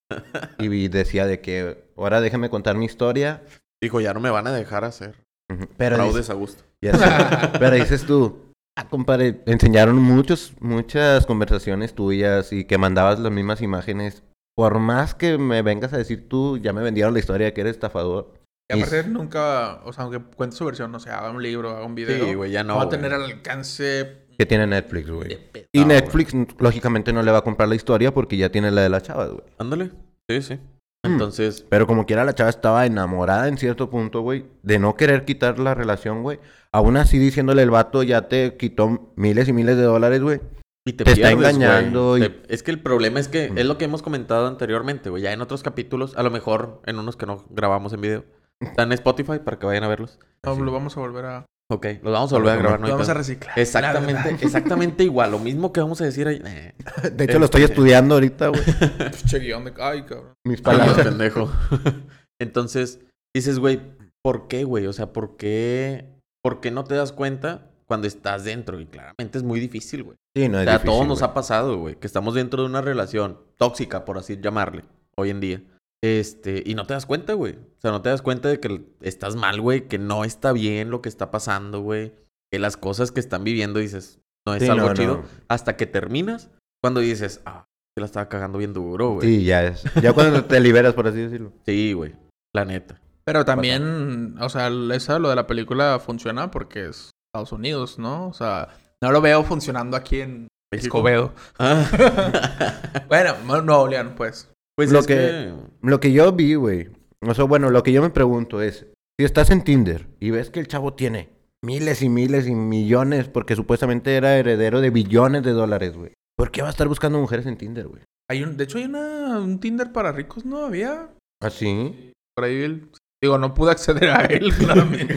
S3: y decía de que ahora déjame contar mi historia.
S1: Dijo, ya no me van a dejar hacer
S3: Ujú. Pero, dice-
S1: fraudes a gusto.
S3: ya
S1: <laughs>
S3: sé. Pero dices tú, ah, compadre, enseñaron muchos, muchas conversaciones tuyas y que mandabas las mismas imágenes. Por más que me vengas a decir tú, ya me vendieron la historia de que eres estafador.
S2: Y aparte nunca, o sea, aunque cuente su versión, no sé, haga un libro, haga un video.
S1: Sí, güey, ya no.
S2: no va a
S1: güey.
S2: tener al alcance.
S3: Que tiene Netflix, güey.
S2: de
S3: Y
S1: No,
S3: Netflix, lógicamente, no le va a comprar la historia porque ya tiene la de la chava, güey.
S1: Ándale. Sí, sí. Entonces,
S3: Pero como quiera, la chava estaba enamorada en cierto punto, güey, de no querer quitar la relación, güey. Aún así, diciéndole el vato, ya te quitó miles y miles de
S1: <laughs>
S3: dólares, güey.
S1: y te,
S3: Te está
S1: pierdes, güey.
S3: engañando y-
S1: Te- Es que el problema es que
S3: Mm.
S1: es lo que hemos comentado anteriormente, güey. Ya en otros capítulos, a lo mejor en unos que no grabamos en video. Están en Spotify para que vayan a verlos.
S2: No,
S3: Así.
S2: lo vamos a volver a.
S1: Ok, los vamos a volver a grabar. No
S2: lo
S1: hay
S2: vamos a
S1: pedo.
S2: reciclar. La
S1: Exactamente,
S2: verdad.
S1: exactamente igual. Lo mismo que vamos a decir ahí. Eh,
S3: De hecho, lo estoy estudiando ahorita,
S1: <laughs>
S3: güey.
S2: <laughs> Pinche guión de- Ay, cabrón.
S3: Mis
S1: palabras,
S3: palabras.
S1: pendejo. <laughs> Entonces, dices, güey, ¿por qué, güey? O sea, ¿por qué, ¿por qué no te das cuenta cuando estás dentro? Y claramente es muy difícil, güey.
S3: Sí, no
S1: O
S3: es
S1: sea, a
S3: difícil,
S1: todos nos
S3: güey.
S1: ha pasado, güey, que estamos dentro de una relación tóxica, por así llamarle, hoy en día. Este, y no te das cuenta, güey. O sea, no te das cuenta de que estás mal, güey, que no está bien lo que está pasando, güey. Que las cosas que están viviendo, dices, no es
S3: Sí,
S1: algo
S3: no,
S1: chido.
S3: no.
S1: Hasta que terminas, cuando dices, ah, te la estaba cagando bien duro, güey.
S3: Sí, ya es. Ya cuando te liberas, por así decirlo.
S1: Sí, güey. La neta.
S2: Pero también, o sea, eso, lo de la película funciona porque es Estados Unidos, ¿no? O sea, no lo veo funcionando aquí en Escobedo.
S3: <laughs>
S1: Ah.
S2: Bueno, no, Nuevo León, pues.
S1: pues
S3: Lo
S1: es
S3: que-
S1: que...
S3: Lo que yo vi, güey. O sea, bueno, lo que yo me pregunto es: si estás en Tinder y ves que el chavo tiene miles y miles y millones, porque supuestamente era heredero de billones de dólares, güey. ¿Por qué va a estar buscando mujeres en Tinder, güey?
S2: Hay un, de hecho, hay una, un Tinder para ricos, ¿no? Había
S3: ¿Ah, ¿Así?
S2: por ahí. el- Digo, no pude acceder a él, <laughs>
S1: <laughs>
S2: claramente.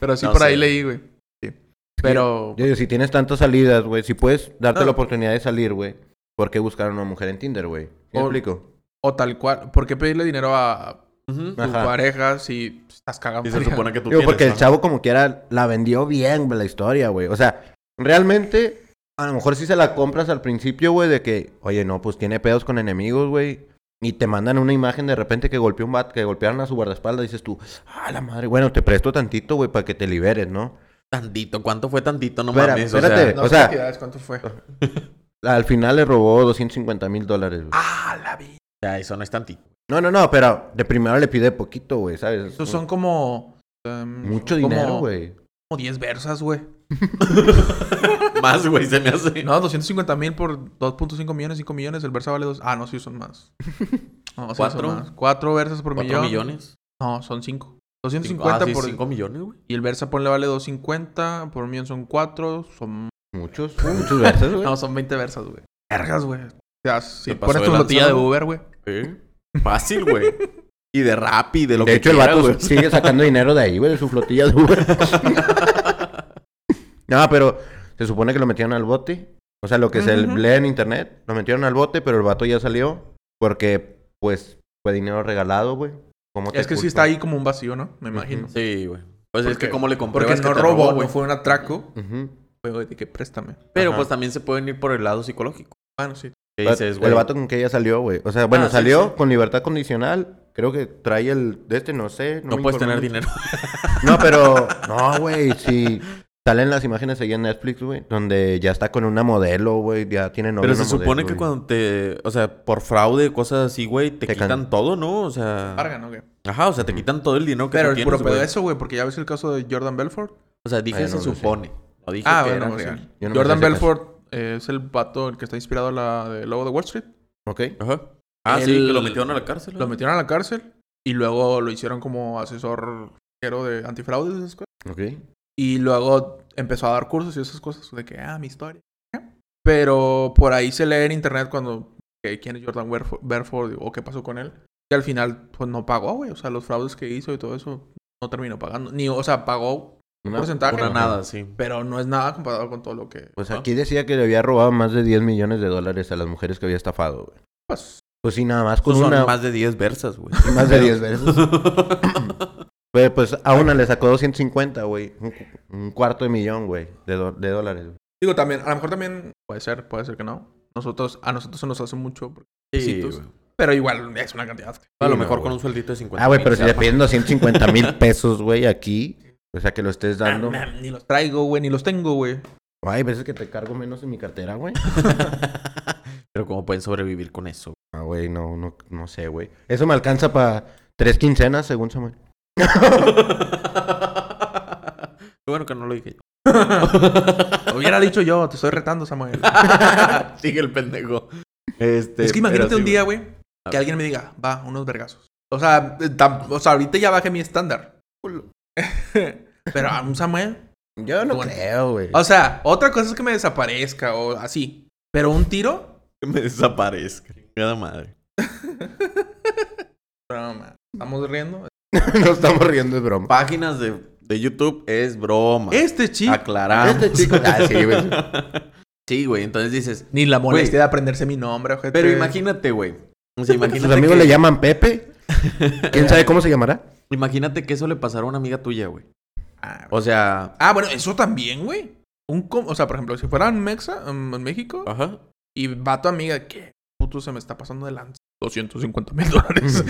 S2: Pero sí
S1: No
S2: por
S1: sé.
S2: ahí leí, güey. Sí. Pero.
S3: Yo digo, si tienes tantas salidas, güey, si puedes darte
S1: Ah.
S2: No.
S3: la oportunidad de salir, güey, ¿por qué buscar a una mujer en Tinder, güey? ¿Me
S2: O-
S3: explico?
S2: O tal cual. ¿Por qué pedirle dinero a
S1: Ujú.
S2: tu
S3: Ajá.
S2: pareja si estás cagando?
S1: Y se
S2: feria?
S1: supone que tú
S3: Digo,
S1: tienes,
S3: porque el
S1: ¿no?
S3: chavo como quiera la vendió bien güey, la historia, güey. O sea, realmente, a lo mejor si se la compras al principio, güey, de que, oye, no, pues tiene pedos con enemigos, güey. Y te mandan una imagen de repente que golpeó un bat, que golpearon a su guardaespaldas, dices tú, ah, la madre, bueno, te presto tantito, güey, para que te liberes, ¿no?
S1: Tantito. ¿Cuánto fue tantito? No
S3: Espera,
S1: mames.
S3: espérate.
S2: No
S3: o
S2: sé
S3: sea-
S2: cantidades, ¿cuánto fue?
S3: Al final le robó 250 mil dólares, güey.
S2: Ah, la vi.
S1: O sea, ya, eso no es tantito.
S3: No, no, no, pero de primero le pide poquito, güey, ¿sabes?
S2: Esos son como. em,
S3: Mucho
S2: son como-
S3: dinero, güey.
S2: Como 10 versas, güey.
S1: <laughs> Más, güey, se me hace.
S2: No, 250 mil por 2.5 millones, 5 millones. El versa vale 2. Ah, no, sí,
S1: <laughs>
S2: son más. No, sí,
S1: ¿Cuatro?
S2: son más. Cuatro versas por
S1: ¿Cuatro
S2: millón.
S1: millones?
S2: No, son
S1: Cinco-
S2: 5. 250
S1: ah, sí,
S2: por.
S1: cinco millones, güey.
S2: Y el versa ponle vale 250. Por un millón son 4. Son <laughs>
S3: Muchos, muchos veces, güey.
S2: No, son 20 versas, güey. Vergas, güey. O sea, si
S1: Se pasó
S2: pones
S1: de
S2: tu
S1: lanza,
S2: flotilla de
S1: ¿no?
S2: Uber, güey.
S1: ¿Eh? Fácil, güey. y de rap y de lo
S3: de
S1: que
S3: hecho, el
S1: quiera,
S3: vato
S1: güey.
S3: su- sigue sacando dinero de ahí, güey, de su flotilla de
S1: <laughs>
S3: Uber. no, pero se supone que lo metieron al bote. O sea, lo que se
S2: Ujú.
S3: lee en internet, lo metieron al bote, pero el vato ya salió porque, pues, fue dinero regalado, güey. ¿Cómo te
S2: Es que sí
S3: culpo?
S2: está ahí como un vacío, ¿no? Me imagino.
S1: Sí, güey. Pues es
S2: Porque-
S1: que cómo le compré.
S2: Porque no robó, no fue un atraco.
S3: Ujú.
S2: Fue de que préstame.
S1: Pero
S3: Ajá.
S1: pues también se pueden ir por el lado psicológico.
S2: Bueno, sí.
S1: Que dices, güey.
S3: el vato con que ya salió, güey. O sea, bueno,
S1: Ah, sí,
S3: salió
S1: sí.
S3: con libertad condicional. Creo que trae el de este, no sé.
S1: No
S3: me
S1: puedes
S3: informé
S1: tener
S3: mucho.
S1: dinero.
S3: No, pero. No, güey. Si salen las imágenes ahí en Netflix, güey. Donde ya está con una modelo, güey. Ya tiene novia.
S1: Pero
S3: una
S1: se supone
S3: modelo,
S1: que
S3: güey.
S1: cuando te, o sea, por fraude, cosas así, güey, te,
S3: Te can-
S1: quitan todo, ¿no? O sea,
S2: Parga, ¿no, güey?
S1: ajá, o sea, te quitan todo el dinero que
S2: Pero
S1: tú
S2: el
S1: Ah. tienes,
S2: puro pedo
S1: güey.
S2: de eso, güey, porque ya ves el caso de Jordan Belfort.
S1: O sea, dije
S3: Bueno,
S1: se
S3: no sé.
S1: supone. No dije
S2: Ah,
S1: que
S2: bueno,
S1: era
S2: sí.
S1: real.
S3: Yo no me
S2: Jordan
S3: sé ese
S2: Belfort eh, es el vato el que está inspirado a la de Lobo de Wall Street.
S3: Ok.
S1: Ajá. Ah, sí,
S2: El-
S1: que lo metieron a la cárcel.
S2: Lo
S1: ¿no?
S2: metieron a la cárcel y luego lo hicieron como asesor ligero de antifraudes y esas cosas.
S3: Ok.
S2: Y luego empezó a dar cursos y esas cosas de que, ah, mi historia. Pero por ahí se lee en internet cuando, que ¿quién es Jordan Werfo- Belfort? O qué pasó con él. que al final, pues no pagó, güey. O sea, los fraudes que hizo y todo eso, no terminó pagando. Ni, o sea, pagó,
S3: Un
S2: porcentaje,
S1: Una nada, sí.
S2: pero no es nada comparado con todo lo que.
S3: Pues
S2: ¿no?
S3: aquí decía que le había robado más de 10 millones de dólares a las mujeres que había estafado, güey.
S2: Pues,
S3: Pues sí, nada más con
S1: Son
S3: una. Más, <laughs>
S1: más de 10 versas, güey.
S3: de 10 <laughs> veces. Pues, pues a una le sacó 250, güey. Un, cu- un cuarto de millón, güey, de, do- de dólares. güey.
S2: digo, también, a lo mejor también puede ser, puede ser que no. Nosotros, a nosotros se nos hace mucho,
S1: Sí,
S2: Pesitos.
S1: güey.
S2: pero igual es una cantidad.
S1: A lo
S3: Sí, no,
S1: mejor
S3: güey.
S1: con un sueldito de 50.
S3: Ah, güey, pero
S1: mil,
S3: si le
S1: ya.
S3: piden 250 <laughs> mil pesos, güey, aquí. O sea, que lo estés dando.
S2: Ah, man, ni los traigo, güey, ni los tengo, güey.
S3: Ay, veces que te cargo menos en mi cartera, güey.
S1: <laughs> Pero ¿cómo pueden sobrevivir con
S3: <laughs>
S1: eso?
S3: Ah, güey, no, no, no sé, güey. Eso me alcanza para tres quincenas, según Samuel.
S1: Qué bueno que no lo dije yo. <laughs>
S2: Lo hubiera dicho yo, te estoy retando, Samuel.
S1: Sigue el pendejo. Este,
S2: es que imagínate
S1: pero sí,
S2: un día, güey, Ah.
S1: A
S2: que
S1: ver.
S2: alguien me diga, va, unos vergazos. O sea, eh, tam- o sea, ahorita ya bajé mi estándar. <laughs> pero a un Samuel.
S3: Yo no
S2: Bueno.
S3: creo, güey.
S1: Ah,
S2: O sea, otra cosa es que me desaparezca o así. Pero un tiro.
S1: Que me desaparezca. Cada madre.
S2: No, man, Estamos riendo.
S3: <laughs> Nos estamos riendo, es broma.
S1: Páginas de, de YouTube es broma.
S2: Este chico.
S1: Aclaramos.
S3: Este <laughs> chico- Ah, sí, güey.
S1: Sí, güey. Entonces dices...
S2: Ni la molestia
S1: Güey.
S2: de aprenderse mi nombre, ojete.
S1: Pero imagínate, güey. O sea, imagínate
S3: Sus amigos
S1: que-
S3: le llaman Pepe. ¿Quién sabe cómo se llamará? <laughs>
S1: Imagínate que eso le pasara a una amiga tuya, güey.
S2: Ah,
S1: O sea...
S2: Ah, bueno, eso también, güey. Un com- o sea, por ejemplo, si fuera en, Mexa, en en México
S1: Ajá.
S2: y va tu amiga, ¿qué puto se me está pasando de lanza? 250 mil <laughs> dólares.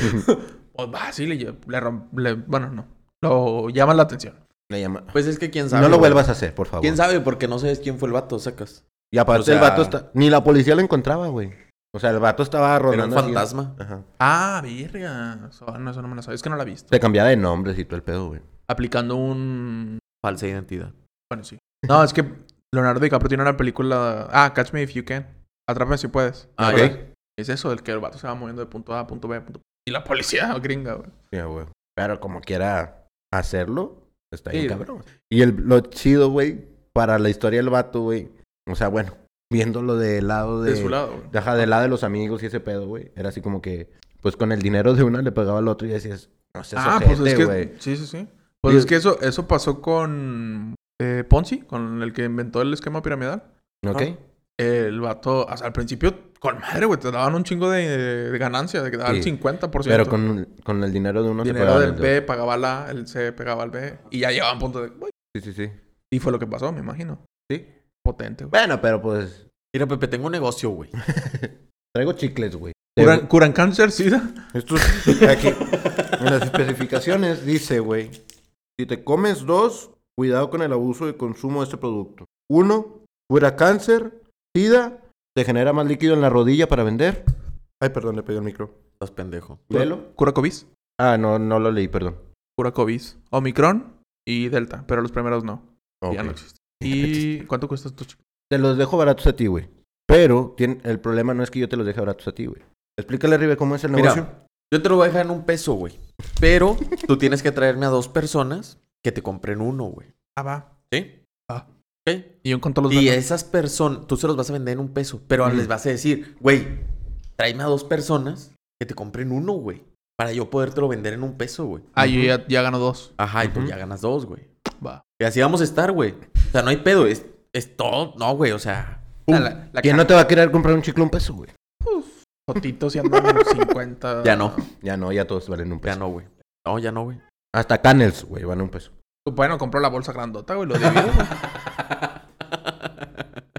S2: pues va, sí, le, lle- le, rom- le- Bueno, no. Lo llama la atención.
S3: Le llama.
S1: Pues es que quién sabe.
S3: No lo
S1: güey.
S3: vuelvas a hacer, por favor.
S1: ¿Quién sabe? Porque no sabes quién fue el vato, sacas.
S3: Y aparte
S1: O sea-
S3: el vato está... Ni la policía lo encontraba, güey. O sea, el vato estaba
S1: Era un
S3: rodando... así.
S1: fantasma.
S3: Ajá.
S2: Ah, verga. Eso, ah, no, eso no me lo sabía. Es que no la he visto.
S3: Te cambiaba de nombres y todo el pedo, güey.
S2: Aplicando un.
S1: Falsa identidad.
S2: Bueno, sí. No, es que Leonardo DiCaprio tiene una película. Ah, Catch Me If You Can. Atrápame si puedes.
S1: Ah,
S3: Ok.
S1: ya.
S2: Es eso, el que el vato se va moviendo de punto A a punto B. a punto- Y la policía <laughs> gringa, güey.
S3: Sí, güey. Pero como quiera hacerlo, está bien
S2: Sí,
S3: cabrón. Y el, lo chido, güey, para la historia del vato, güey. O sea, bueno, viéndolo del lado de...
S2: De su lado, güey.
S3: Ajá, del lado de los amigos y ese pedo, güey. Era así como que... Pues con el dinero de uno le pegaba al otro y decías... No seas
S2: ah, pues es
S3: ojete,
S2: que.
S3: güey.
S2: Sí, sí, sí. Pues
S3: Digo-
S2: es que eso, eso pasó con eh, Ponzi, con el que inventó el esquema piramidal.
S3: ¿Ok?
S2: ah, pues, El vato, o sea, al principio, con madre, güey, te daban un chingo de, de ganancia, de que daban
S3: Sí.
S2: el 50%.
S3: Pero con, con el dinero de uno se
S2: dinero
S3: pagaba
S2: del
S3: el
S2: B, pagaba la, el C pagaba el B, y ya llegaban punto de. "Uy".
S3: Sí, sí, sí.
S2: Y fue lo que pasó, me imagino.
S3: Sí.
S2: Potente, güey.
S3: Bueno, pero pues...
S1: Mira, Pepe, tengo un negocio,
S3: <laughs>
S1: güey.
S3: Traigo chicles, güey.
S2: ¿Curan, curan cáncer, SIDA?
S3: Estos aquí en las especificaciones dice, güey, si te comes dos, cuidado con el abuso de consumo de este producto. Uno, cura cáncer, sida, te genera más líquido en la rodilla para vender. Ay, perdón, le pegué el micro.
S1: Estás pendejo.
S3: ¿Velo?
S2: ¿Cura COVID?
S3: Ah, no, no lo leí, perdón.
S2: Cura COVID. Omicron y Delta, pero los primeros no. Ya
S3: Ok.
S2: no existen. ¿Y cuánto cuesta tu chico?
S3: Te los dejo baratos a ti, güey. Pero tien- el problema no es que yo te los deje baratos a ti, güey. Explícale, Ribe, cómo es el
S1: Mira,
S3: negocio.
S1: Yo te lo voy a dejar en un peso, güey. Pero tú tienes que traerme a dos personas que te compren uno, güey.
S2: Ah, va.
S1: ¿Sí?
S2: Ah.
S1: Ok.
S2: Y un con todos los
S1: Y
S2: datos.
S1: esas personas, tú se los vas a vender en un peso, pero
S3: Ujú.
S1: les vas a decir, güey, tráeme a dos personas que te compren uno, güey. Para yo podértelo vender en un peso, güey.
S2: Ah, yo ya, ya gano dos.
S1: Ajá, y pues
S3: Ujú.
S1: ya ganas dos, güey.
S2: Va.
S1: Y así vamos a estar, güey. O sea, no hay pedo. Es, es todo. No, güey. O sea.
S2: Ah,
S1: pum.
S2: la, la
S3: ¿Quién no te va a querer comprar un chicle a un peso, güey?
S2: Jotitos ya andan en 50.
S1: Ya no.
S3: Ya no, ya todos valen un peso.
S1: Ya no, güey. No, ya no, güey. <laughs>
S3: Hasta Canels, güey, van a un peso.
S2: Bueno, compró la bolsa grandota, güey. Lo divido. <laughs>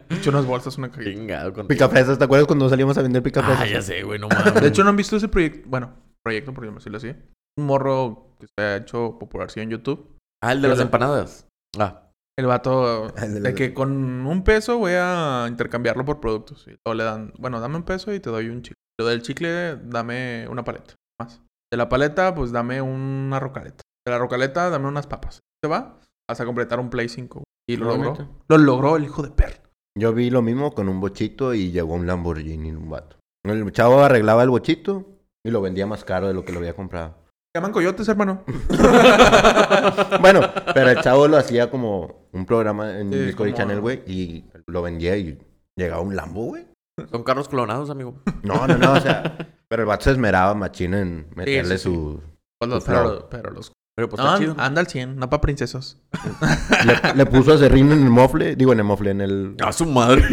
S2: He hecho unas bolsas, una cajita.
S1: Chingado con.
S3: Picafresas, ¿te acuerdas cuando salimos a vender picafresas?
S1: Ah, ya sé, güey. No mames.
S2: De hecho, ¿no han visto ese proyecto? Bueno, proyecto, por decirlo así. Un morro que se ha hecho popular sí, en YouTube.
S1: Ah, el de
S2: yo
S1: las
S2: lo-
S1: empanadas. Ah.
S2: El <laughs> vato
S3: El
S2: de
S3: de las-
S2: que con un peso voy a intercambiarlo por productos. Y luego le dan, bueno, dame un peso y te doy un chicle. Lo del chicle, dame una paleta más. De la paleta, pues dame una rocaleta. De la rocaleta, dame unas papas. Se va hasta completar un Play 5. güey. Y lo
S1: No,
S2: logró.
S1: neta.
S2: Lo logró el hijo de perro.
S3: Yo vi lo mismo con un bochito y llegó un Lamborghini en un vato. El chavo arreglaba el bochito y lo vendía más caro de lo que lo había comprado.
S2: Se Llaman coyotes, hermano.
S3: Bueno, pero el chavo lo hacía como un programa en
S2: Sí,
S3: Discovery
S2: como-
S3: Channel, güey, y lo vendía y llegaba un Lambo, güey.
S1: Son carros clonados, amigo.
S2: <laughs>
S3: No, no, no, o sea, Pero el vato se esmeraba machín en meterle
S2: sí, sí.
S3: su...
S2: <laughs> Pues los- Ah,
S3: Claro.
S2: pero, pero los...
S1: Pero pues
S2: No,
S1: está chido.
S2: anda al 100, no para princesas.
S3: Le, le puso acerrín en el mofle. Digo, en el mofle, en el,
S1: A su madre.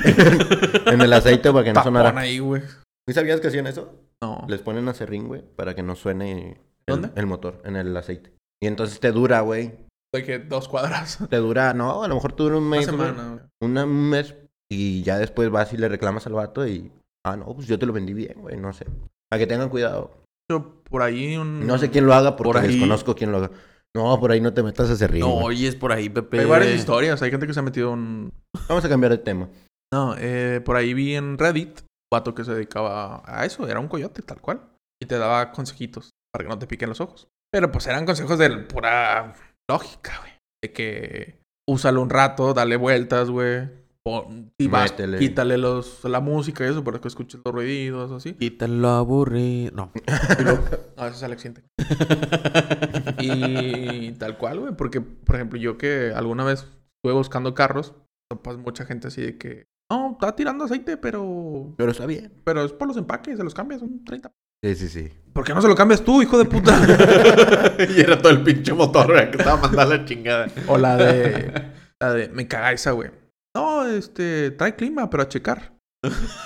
S3: en el aceite para que no
S2: Tapón
S3: sonara.
S2: ahí, güey.
S3: ¿Y sabías que hacían eso?
S2: No.
S3: Les ponen acerrín, güey, para que no suene el,
S2: ¿Dónde?
S3: el motor, en el aceite. Y entonces te dura, güey.
S2: De que dos cuadras.
S3: Te dura, no, a lo mejor te dura un
S2: Una
S3: mes. güey.
S2: semana, güey.
S3: Una- un mes. Y ya después vas y le reclamas al vato y... Ah, no, pues yo te lo vendí bien, güey, no sé. Para que tengan cuidado.
S2: Yo por ahí un...
S3: No sé quién lo haga porque
S1: Por ahí-
S3: desconozco quién lo haga. No, por ahí no te metas a acerrín.
S1: No,
S3: güey.
S1: oyes por ahí, Pepe.
S2: Hay varias historias, hay gente que se ha metido en...
S3: Vamos a cambiar de tema.
S2: No, eh, por ahí vi en Reddit un vato que se dedicaba a eso, era un coyote tal cual. Y te daba consejitos para que no te piquen los ojos. Pero pues eran consejos de pura lógica, güey. De que úsalo un rato, dale vueltas, güey. Pon- Y vas,
S3: Métele.
S2: quítale los, la música y eso para que escuches los ruidos, así.
S1: Quítalo aburrido. No.
S2: Y luego- no, eso es Alex Sintek. <laughs> Y tal cual, güey. Porque, por ejemplo, yo que alguna vez estuve buscando carros, topas mucha gente así de que, no, está tirando aceite, pero
S3: Pero está bien.
S2: pero es por los empaques, se los cambias un 30.
S3: Sí, sí, sí.
S2: ¿Por qué no se lo cambias tú, hijo de puta?
S1: <laughs> y era todo el pinche motor güey, que estaba mandando la chingada.
S2: o <laughs> la de, <laughs> la de, me caga esa, güey. No, este, trae clima, pero a <laughs> checar.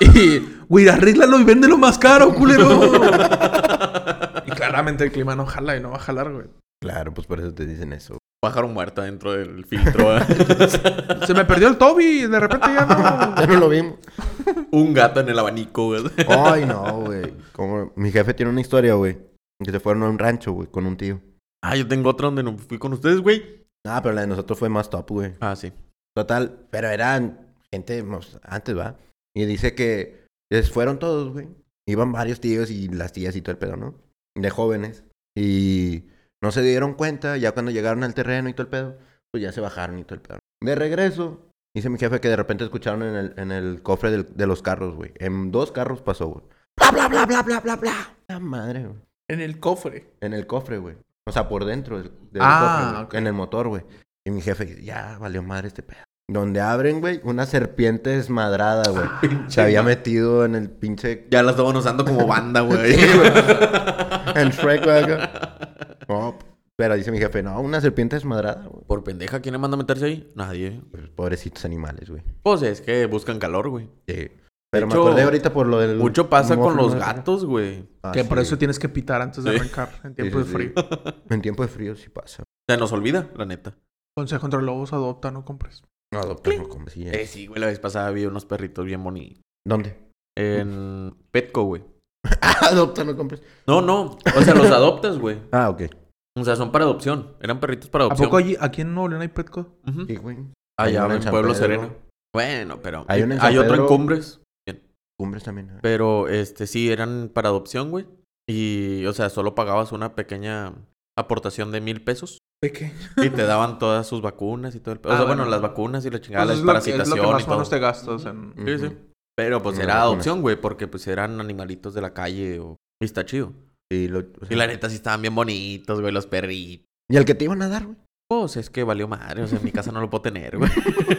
S2: Y, güey, arréglalo y véndelo más caro, <laughs> culero. y claramente el clima no jala y no va a jalar, güey.
S3: <laughs> Claro, pues por eso te dicen eso.
S1: Pájaro muerto dentro del filtro. ¿eh? <laughs>
S2: Se me perdió el Toby y de repente ya no.
S3: Ya no lo vimos.
S1: Un gato en el abanico. güey.
S3: Ay, no, güey. Como- Mi jefe tiene una historia, güey. Que se fueron a un rancho, güey, con un tío.
S1: Ah, yo tengo otra donde no fui con ustedes, güey.
S3: Ah, pero la de nosotros fue más top, güey.
S1: Ah, sí.
S3: Total, pero eran gente pues, antes, ¿va? Y dice que les fueron todos, güey. Iban varios tíos y las tías y todo el pedo, ¿no? De jóvenes. Y no se dieron cuenta, ya cuando llegaron al terreno y todo el pedo, pues ya se bajaron y todo el pedo. De regreso, dice mi jefe que de repente escucharon en el, en el cofre del- de los carros, güey. En dos carros pasó, güey. Bla, bla, bla, bla, bla, bla, bla. La madre, güey.
S2: En el cofre.
S3: En el cofre, güey. O sea, por dentro del, del
S2: Ah,
S3: cofre, güey.
S2: ok.
S3: En el motor, güey. Y mi jefe, ya valió madre este pedo. Donde abren, güey, una serpiente desmadrada, güey.
S1: Ah,
S3: Se había metido en el pinche.
S1: Ya la estaban usando como banda, <laughs> güey.
S3: En Shrek, güey. acá. No, pero dice mi jefe, no, una serpiente desmadrada, güey.
S1: Por pendeja, ¿quién le manda a meterse ahí? Nadie.
S3: Pues, Pobrecitos animales, güey.
S1: Pues es que buscan calor, güey.
S3: Sí. Pero me
S1: hecho,
S3: acordé ahorita por lo del.
S1: Mucho pasa con
S3: mofle,
S1: los
S3: ¿no?
S1: gatos, güey.
S3: Ah,
S2: que por
S3: sí.
S2: eso tienes que pitar antes de
S1: Sí.
S2: arrancar en tiempo
S3: Sí, sí,
S2: de frío.
S3: En tiempo de frío sí pasa.
S1: Se nos olvida, la neta.
S2: Consejo contra lobos, adopta, no compres.
S3: No, adoptamos como si
S1: Eh, sí, güey, la vez pasada vi unos perritos bien bonitos.
S3: ¿Dónde? <laughs>
S1: En Petco, güey.
S3: Adopta, no compres.
S1: No, no. O sea, los adoptas, güey.
S3: Ah, ok.
S1: O sea, son para adopción. Eran perritos para
S2: ¿A
S1: adopción.
S2: poco allí, aquí en Nuevo León hay Petco?
S1: Ujú.
S3: Sí, güey. Hay
S1: Allá
S3: uno en
S1: en
S3: San
S1: Pueblo
S3: Pedro.
S1: Sereno. Bueno, pero.
S3: Hay
S1: Hay,
S3: uno en San
S1: otro en
S3: Pedro.
S1: Cumbres.
S3: Cumbres también. ah.
S1: Pero este sí, eran para adopción, güey. Y, o sea, solo pagabas una pequeña aportación de mil pesos.
S2: ¿De qué?
S1: Y te daban todas sus vacunas y todo el pe- O
S2: Ah,
S1: sea,
S2: bueno.
S1: bueno, las vacunas y la chingada,
S2: Pues
S1: la
S2: es, lo que, es lo que
S1: desparasitación
S2: más
S1: y
S2: o
S1: todo. Mm.
S2: menos te gastas
S1: Sí,
S2: en...
S3: Ujú.
S1: sí. Pero pues
S3: Las
S1: era
S3: vacunas.
S1: adopción, güey, porque pues eran animalitos de la calle o... Y está chido.
S3: Y, lo- o
S1: Y
S3: sea,
S1: la neta sí estaban bien bonitos, güey, los perritos.
S3: ¿Y el que te iban a dar, güey?
S1: Pues es que valió madre, o sea, en mi casa no lo puedo tener, güey. <laughs>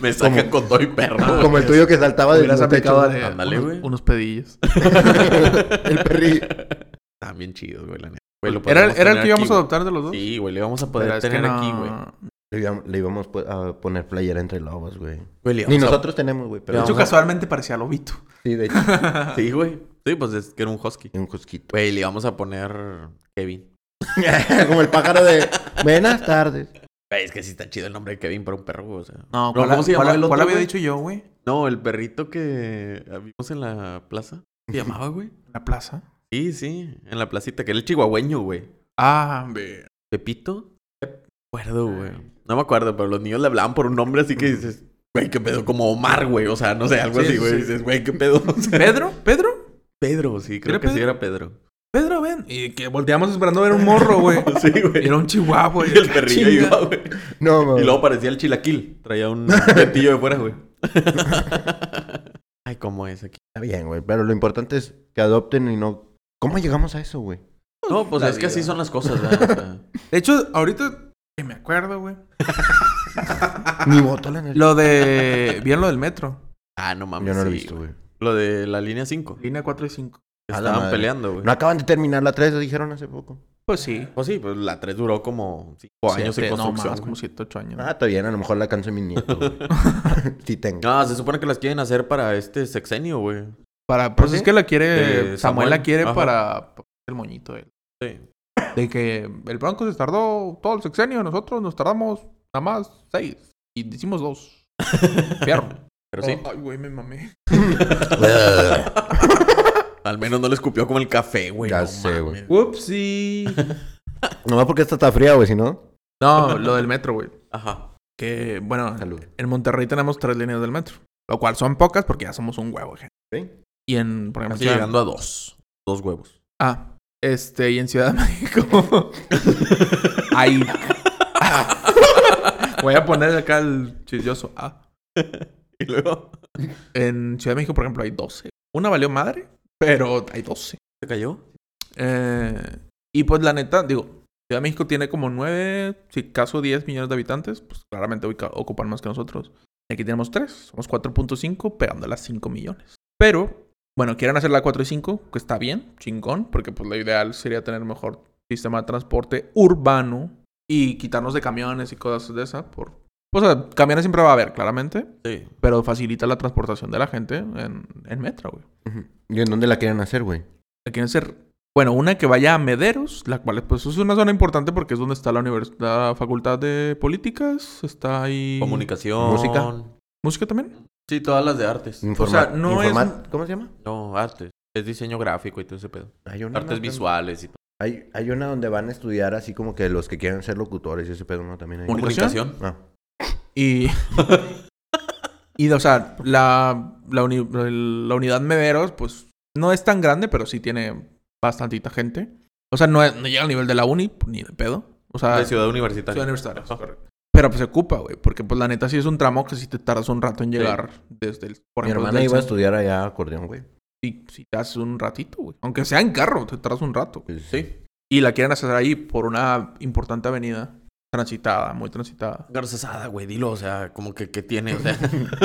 S1: Me sacan con todo y perro. güey.
S3: Como el tuyo que saltaba del
S2: Hubieras aplicado
S3: techo.
S2: eh,
S1: Ándale,
S2: unos,
S1: güey.
S2: unos pedillos.
S3: <laughs> El perrillo.
S1: Estaban bien chidos, güey, la neta. <laughs> Güey, lo
S2: ¿Era,
S1: podríamos
S2: era el
S1: tener
S2: que íbamos
S1: aquí,
S2: a
S1: güey.
S2: adoptar de los dos?
S1: Sí, güey, le íbamos a
S2: Pero
S1: poder
S2: es que
S1: tener
S2: no-
S1: aquí, güey.
S3: Le íbamos, le íbamos, pues, a poner playera entre lobos, güey.
S1: Güey, le
S3: Ni
S1: íbamos a-
S3: nosotros tenemos, güey.
S1: Le
S2: De
S3: Pero
S2: hecho,
S1: vamos a-
S2: casualmente parecía lobito.
S3: sí,
S1: <laughs>
S3: de hecho.
S1: Sí, güey. Sí, pues es que era un husky.
S3: y un cosquito. <laughs>
S1: Güey, le íbamos a poner Kevin.
S3: Como el pájaro de... Buenas tardes.
S1: Güey, es que sí está chido el nombre de Kevin para un perro, güey, o sea.
S2: No,
S1: ¿cómo
S2: ¿cuál,
S1: se
S2: cuál-
S1: llamaba el
S2: cuál
S1: otro,
S2: había
S1: güey?
S2: dicho yo, güey?
S1: No, el perrito que vimos en la plaza. ¿Se llamaba, güey?
S2: En la plaza.
S1: Sí, sí, en la placita, que era el chihuahueño, güey.
S2: Ah, ve.
S1: ¿Pepito? No me acuerdo, güey. No me acuerdo, pero los niños le hablaban por un nombre así que dices, güey, qué pedo, como Omar, güey. O sea, no sé, algo
S2: Sí,
S1: así,
S2: sí,
S1: güey.
S2: sí.
S1: Dices, güey, qué pedo. O sea,
S2: ¿Pedro? ¿Pedro?
S1: Pedro, sí, creo
S2: ¿Era
S1: que sí
S2: Pedro?
S1: era Pedro.
S2: Pedro, ven. Y que volteamos esperando ver un morro, güey.
S1: <laughs> Sí, güey.
S2: Era un chihuahua. "Ah,
S1: Y el perrillo
S2: Chinga.
S1: iba, güey.
S3: No, güey.
S1: Y luego parecía el chilaquil. Traía un petillo de fuera, güey. Ay, ¿cómo es aquí?
S3: Está bien, güey. Pero lo importante es que adopten y no... ¿Cómo llegamos a eso, güey?
S1: <laughs> No, pues
S2: La
S1: es que
S2: vida.
S1: así son las cosas, ¿verdad? O sea,
S2: De hecho, ahorita que me acuerdo, güey.
S3: Ni botó la nariz.
S1: <laughs>
S2: Lo de. ¿Vieron lo del metro?
S1: Ah, no mames.
S3: Yo no lo he
S1: sí,
S3: visto,
S1: güey.
S3: güey.
S1: Lo de la línea 5.
S2: Línea 4 y 5.
S3: A la
S1: Estaban
S3: madre.
S1: peleando, güey.
S3: No acaban de terminar la 3, dijeron hace poco.
S2: Pues sí.
S1: Pues sí, pues la 3 duró como 5 años en
S2: Siete, no,
S1: construcción.
S2: más
S1: güey.
S2: como 7, 8 años.
S3: Ah, está bien, a lo mejor la canso mi
S1: <laughs>
S3: nieto. güey. sí tengo.
S1: No, Ah, se supone que las quieren hacer para este sexenio, güey.
S2: Para, pues
S1: ¿sí?
S2: es que la quiere.
S1: De
S2: Samuel, la
S1: eh, Samuel,
S2: quiere
S1: ajá.
S2: para el moñito de él.
S1: Sí.
S2: De que el Bronco se tardó todo el sexenio, nosotros nos tardamos nada más seis. Y
S1: <laughs>
S2: hicimos dos. Fierro.
S1: Pero Pues sí,
S3: Oh.
S2: Ay, güey, me mamé.
S1: al menos no le escupió como el café, güey.
S3: Ya
S1: no
S3: sé, güey. Uh.
S1: mames.
S2: Upsi.
S3: <laughs> Nomás porque esta está fría, güey, si no.
S2: <laughs> no, lo del metro, güey.
S1: Ajá.
S2: Que, bueno,
S3: Salud.
S2: en Monterrey tenemos tres líneas del metro. Lo cual son pocas porque ya somos un huevo, güey.
S3: ¿Sí?
S2: Y en, por ejemplo,
S1: Casi
S2: Ciudad-
S1: llegando a dos. Dos
S3: <laughs>
S1: huevos.
S2: Ah, este, y en Ciudad <laughs> de México. Ahí. <laughs> Voy a poner acá el chilloso. Ah.
S1: Y luego
S2: En Ciudad de México, por ejemplo, hay 12. Una valió madre, pero hay 12.
S1: se cayó.
S2: Eh, y pues la neta, digo, Ciudad de México tiene como 9, si caso 10 millones de habitantes, pues claramente ubica- ocupan más que nosotros. Y Aquí tenemos 3, somos 4.5, pegando las 5 millones. Pero, bueno, quieren hacer la 4 y 5, que está bien, chingón, porque pues lo ideal sería tener mejor sistema de transporte urbano y quitarnos de camiones y cosas de esa. Por... Pues, o sea, camiones siempre va a haber, claramente,
S1: Sí.
S2: pero facilita la transportación de la gente en, en metro, güey.
S3: Ujú. ¿Y en dónde la quieren hacer, güey?
S2: La quieren hacer, bueno, una que vaya a Mederos, la cual pues es una zona importante porque es donde está la, univers- la Facultad de Políticas, está ahí...
S1: Comunicación.
S3: Música. Mm.
S2: ¿Música también?
S1: Sí, todas las de artes.
S3: Informa-
S2: sea, no
S3: informa- ¿Cómo se llama?
S1: No, artes. Es diseño gráfico y todo ese pedo.
S3: Hay una,
S1: Artes
S3: ¿no?
S1: visuales y todo.
S3: Hay, hay una donde van a estudiar así como que los que quieren ser locutores y ese pedo, ¿no? También hay.
S2: Bueno. ¿Comunicación?
S3: Ah.
S2: Y... <laughs> y, o sea, la, la, uni- el- la unidad Mederos, pues, no es tan grande, pero sí tiene bastantita gente. O sea, no, es- no llega al nivel de la uni, pues, ni de pedo. O sea,
S3: Ah.
S1: De ciudad universitaria.
S2: Ciudad Universitaria,
S1: Ajá.
S2: correcto. Pero pues se ocupa, güey, porque pues la neta sí es un tramo que si te tardas un rato en llegar desde el... Por
S3: Mi
S2: ejemplo,
S3: hermana
S2: desde el
S3: iba a
S2: centro.
S3: estudiar allá acordeón, güey.
S2: si, si te haces un ratito, güey. Aunque sea en carro, te tardas un rato.
S3: Pues,
S2: güey.
S1: Sí.
S2: Y la quieren hacer ahí por una importante avenida transitada, muy
S1: <laughs>
S2: transitada.
S1: Garzasada, güey. Dilo, o sea, como que, que tiene, o sea.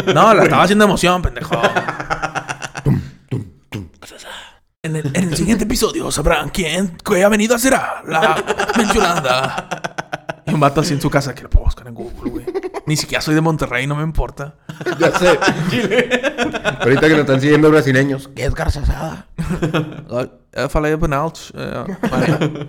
S3: <laughs>
S2: No, la estaba haciendo emoción, pendejo. En el, en el siguiente episodio sabrán quién, qué avenida será la mencionada. Y un vato así en su casa que lo puedo buscar en Google, güey. Ni siquiera soy de Monterrey, no me importa.
S3: <laughs> Ya sé. Ahorita que nos están siguiendo brasileños. ¿Qué es garza asada?
S2: <laughs> Ay, eh, fala de Penalch, eh, bueno.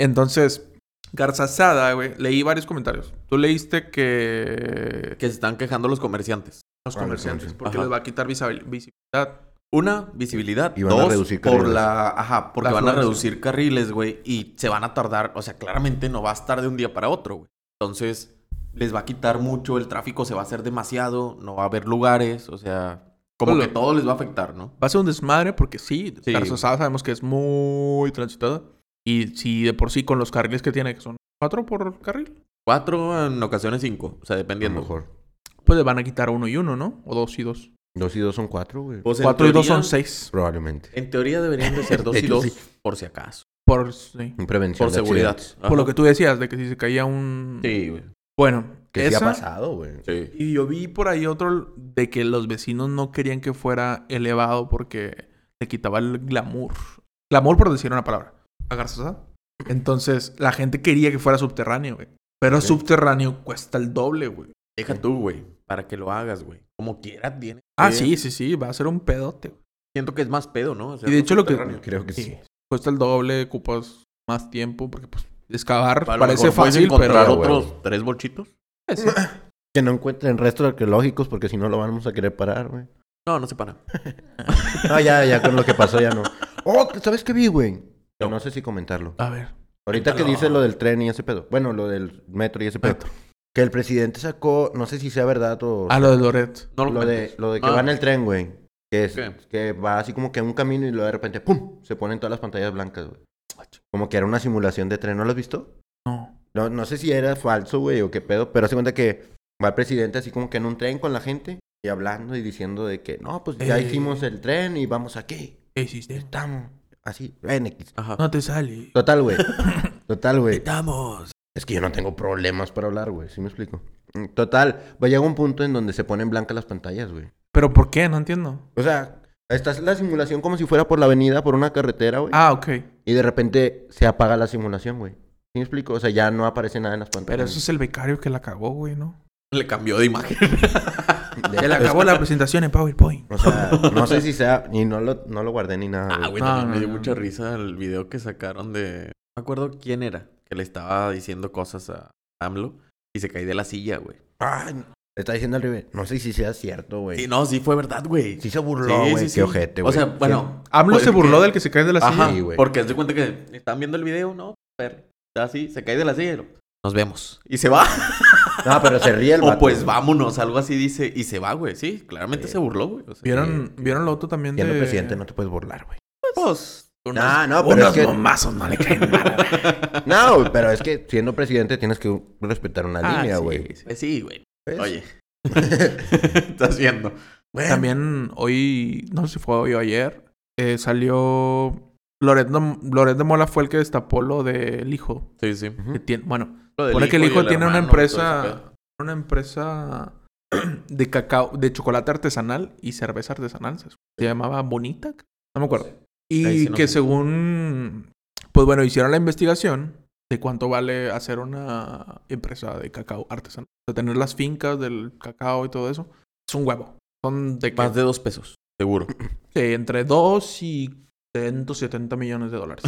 S2: Entonces, Garzazada, güey, leí varios comentarios. Tú leíste que
S1: que se están quejando los comerciantes.
S2: los
S3: Ah,
S2: comerciantes,
S3: sí.
S2: porque
S1: Ajá.
S2: les va a quitar visabil- visibilidad.
S1: Una, visibilidad.
S3: Y van a
S1: Dos,
S3: reducir
S1: por
S3: carriles.
S1: la... Ajá, porque
S2: La
S1: van a
S2: afluencia.
S1: reducir carriles, güey. Y se van a tardar. O sea, claramente no va a estar de un día para otro, güey. Entonces, les va a quitar mucho. El tráfico se va a hacer demasiado. No va a haber lugares. O sea, como
S2: Solo.
S1: que todo les va a afectar, ¿no?
S2: Va a ser un desmadre porque sí,
S1: Sí.
S2: Garzazada sabemos que es muy transitada. Y si de por sí con los carriles que tiene, que son cuatro por carril,
S1: Cuatro, en ocasiones cinco. O sea, dependiendo.
S3: mejor.
S2: pues le van a quitar uno y uno, ¿no? O dos y dos.
S3: Dos y dos son cuatro, güey.
S1: Pues, en
S2: cuatro y dos
S1: teoría-
S2: son seis.
S3: Probablemente.
S1: En teoría deberían
S3: <laughs>
S1: de ser dos
S3: De
S1: y
S3: hecho,
S1: dos,
S3: sí.
S1: por si acaso.
S2: Por, sí.
S3: En Prevención.
S1: Por
S3: de
S1: seguridad.
S3: accidentes.
S2: Por lo que tú decías, de que si se caía un...
S1: Sí, güey.
S2: Bueno,
S3: Que sí ha
S2: esa-
S3: pasado, güey.
S1: Sí.
S2: Y yo vi por ahí otro de que los vecinos no querían que fuera elevado porque le quitaba el glamour. Glamour por decir una palabra. A Garzazada. Entonces, la gente quería que fuera subterráneo, güey. Pero
S3: Ok.
S2: subterráneo cuesta el doble, güey.
S1: Deja tú, güey. Para que lo hagas, güey. Como quiera tiene.
S2: Ah,
S1: que-
S2: sí, sí, sí, va a ser un pedote. güey.
S1: Siento que es más pedo, ¿no? O sea,
S2: Y de
S1: no
S2: hecho lo que-
S1: subterráneo.
S3: Creo que sí.
S2: Cuesta el doble, ocupas más tiempo porque pues excavar
S1: A lo
S2: parece
S1: mejor puedes
S2: fácil,
S1: encontrar
S2: pero
S3: otro-
S1: otros tres bolchitos?
S2: Sí.
S3: Que no encuentren restos arqueológicos porque si no lo vamos a querer parar, güey.
S1: No, no se para.
S3: No, ya, ya con lo que pasó ya no. <laughs> Oh, ¿sabes qué vi, güey?
S1: No.
S3: No. sé si comentarlo.
S2: a ver,
S3: Ahorita que
S1: Cuéntalo.
S3: dice lo del tren y ese pedo. Bueno, lo del metro Ah, y ese pedo. Que el presidente sacó, no sé si sea verdad o...
S2: a lo de Loret.
S1: No lo,
S3: lo, de,
S1: comentes.
S3: lo de que
S1: Ah.
S3: va en el tren, güey. Que, es,
S1: ¿Qué?
S3: que va así como que a un camino y luego de repente, ¡pum! Se ponen todas las pantallas blancas, güey. Como que era una simulación de tren. ¿No lo has visto?
S2: No.
S3: No, no sé si era falso, güey, o qué pedo. Pero hace cuenta que va el presidente así como que en un tren con la gente y hablando y diciendo de que, no, pues ya
S2: Eh.
S3: hicimos el tren y vamos aquí.
S2: ¿Qué hiciste?
S3: Estamos. Así, en X.
S1: Ajá.
S2: No te sale.
S1: <laughs>
S3: Total, güey. Total, güey.
S1: Estamos.
S3: Es que yo no tengo problemas para hablar, güey. ¿Sí me explico? Mm, Total, va a llegar un punto en donde se ponen blancas las pantallas, güey.
S2: Pero ¿por qué? No entiendo.
S3: O sea, Está la simulación como si fuera por la avenida, por una carretera, güey.
S2: Ah, ok.
S3: Y de repente se apaga la simulación, güey. ¿Sí me explico? O sea, ya no aparece nada en las
S2: Pero
S3: pantallas.
S2: eso es el becario que la cagó, güey, ¿no?
S1: Le cambió de
S2: <laughs>
S1: imagen.
S2: Que la cagó la presentación en PowerPoint.
S3: O sea, no sé si sea... Y no lo, no lo guardé ni nada,
S1: Ah,
S3: güey.
S1: güey,
S2: No,
S1: también
S2: no,
S1: me dio
S2: no.
S1: mucha risa el video que sacaron de. No me acuerdo quién era, que le estaba diciendo cosas a AMLO y se caí de la silla, güey.
S3: Ay, le está diciendo al River. No sé si sea cierto, güey.
S1: Sí,
S3: Sí,
S1: no, sí fue verdad, güey.
S3: se burló, güey. Qué ojete, güey.
S1: O sea, bueno.
S2: AMLO
S1: pues,
S2: se
S1: es
S2: burló
S1: que-
S2: del que se cae de la silla.
S1: Ajá,
S3: Sí, güey.
S1: porque se cuenta que están viendo el video, ¿no? Pero está así, se cae de la silla y lo- nos vemos. Y se va.
S3: No, pero se ríe el
S1: o
S3: vato,
S1: pues
S3: güey.
S1: vámonos, algo así dice. Y se va, güey. Sí, claramente
S3: Sí.
S1: se burló, güey. O sea,
S2: ¿Vieron, ¿Vieron lo otro también de...
S3: Siendo presidente no te puedes burlar, güey.
S1: pues, unos-
S3: No, no, pero es que...
S2: momazos no le caen <laughs> mal.
S3: No, güey, pero es que siendo presidente tienes que respetar una
S1: Ah,
S3: línea,
S1: sí,
S3: güey.
S1: pues Sí, güey. <laughs>
S3: ¿Ves?
S1: Oye. Estás viendo.
S2: También hoy, no sé si fue hoy o ayer, eh, salió... Loret de, Loret de Mola fue el que destapó lo del hijo.
S1: Sí, sí.
S2: que tiene- bueno,
S1: Lo del
S2: Pone que el
S1: y
S2: hijo tiene
S1: hermano
S2: una
S1: y todo
S2: empresa-
S1: ese pedo.
S2: una empresa de cacao, de chocolate artesanal y cerveza artesanal. Se se llamaba Bonita. No me acuerdo.
S1: Ahí
S2: Y
S1: sí no
S2: que
S1: sé.
S2: según, pues bueno, hicieron la investigación de cuánto vale hacer una empresa de cacao artesanal. O sea, tener las fincas del cacao y todo eso. Es un huevo. Son de, que-
S1: Más de dos pesos, seguro.
S2: de entre 2 y 170 millones
S1: <laughs>
S2: de dólares.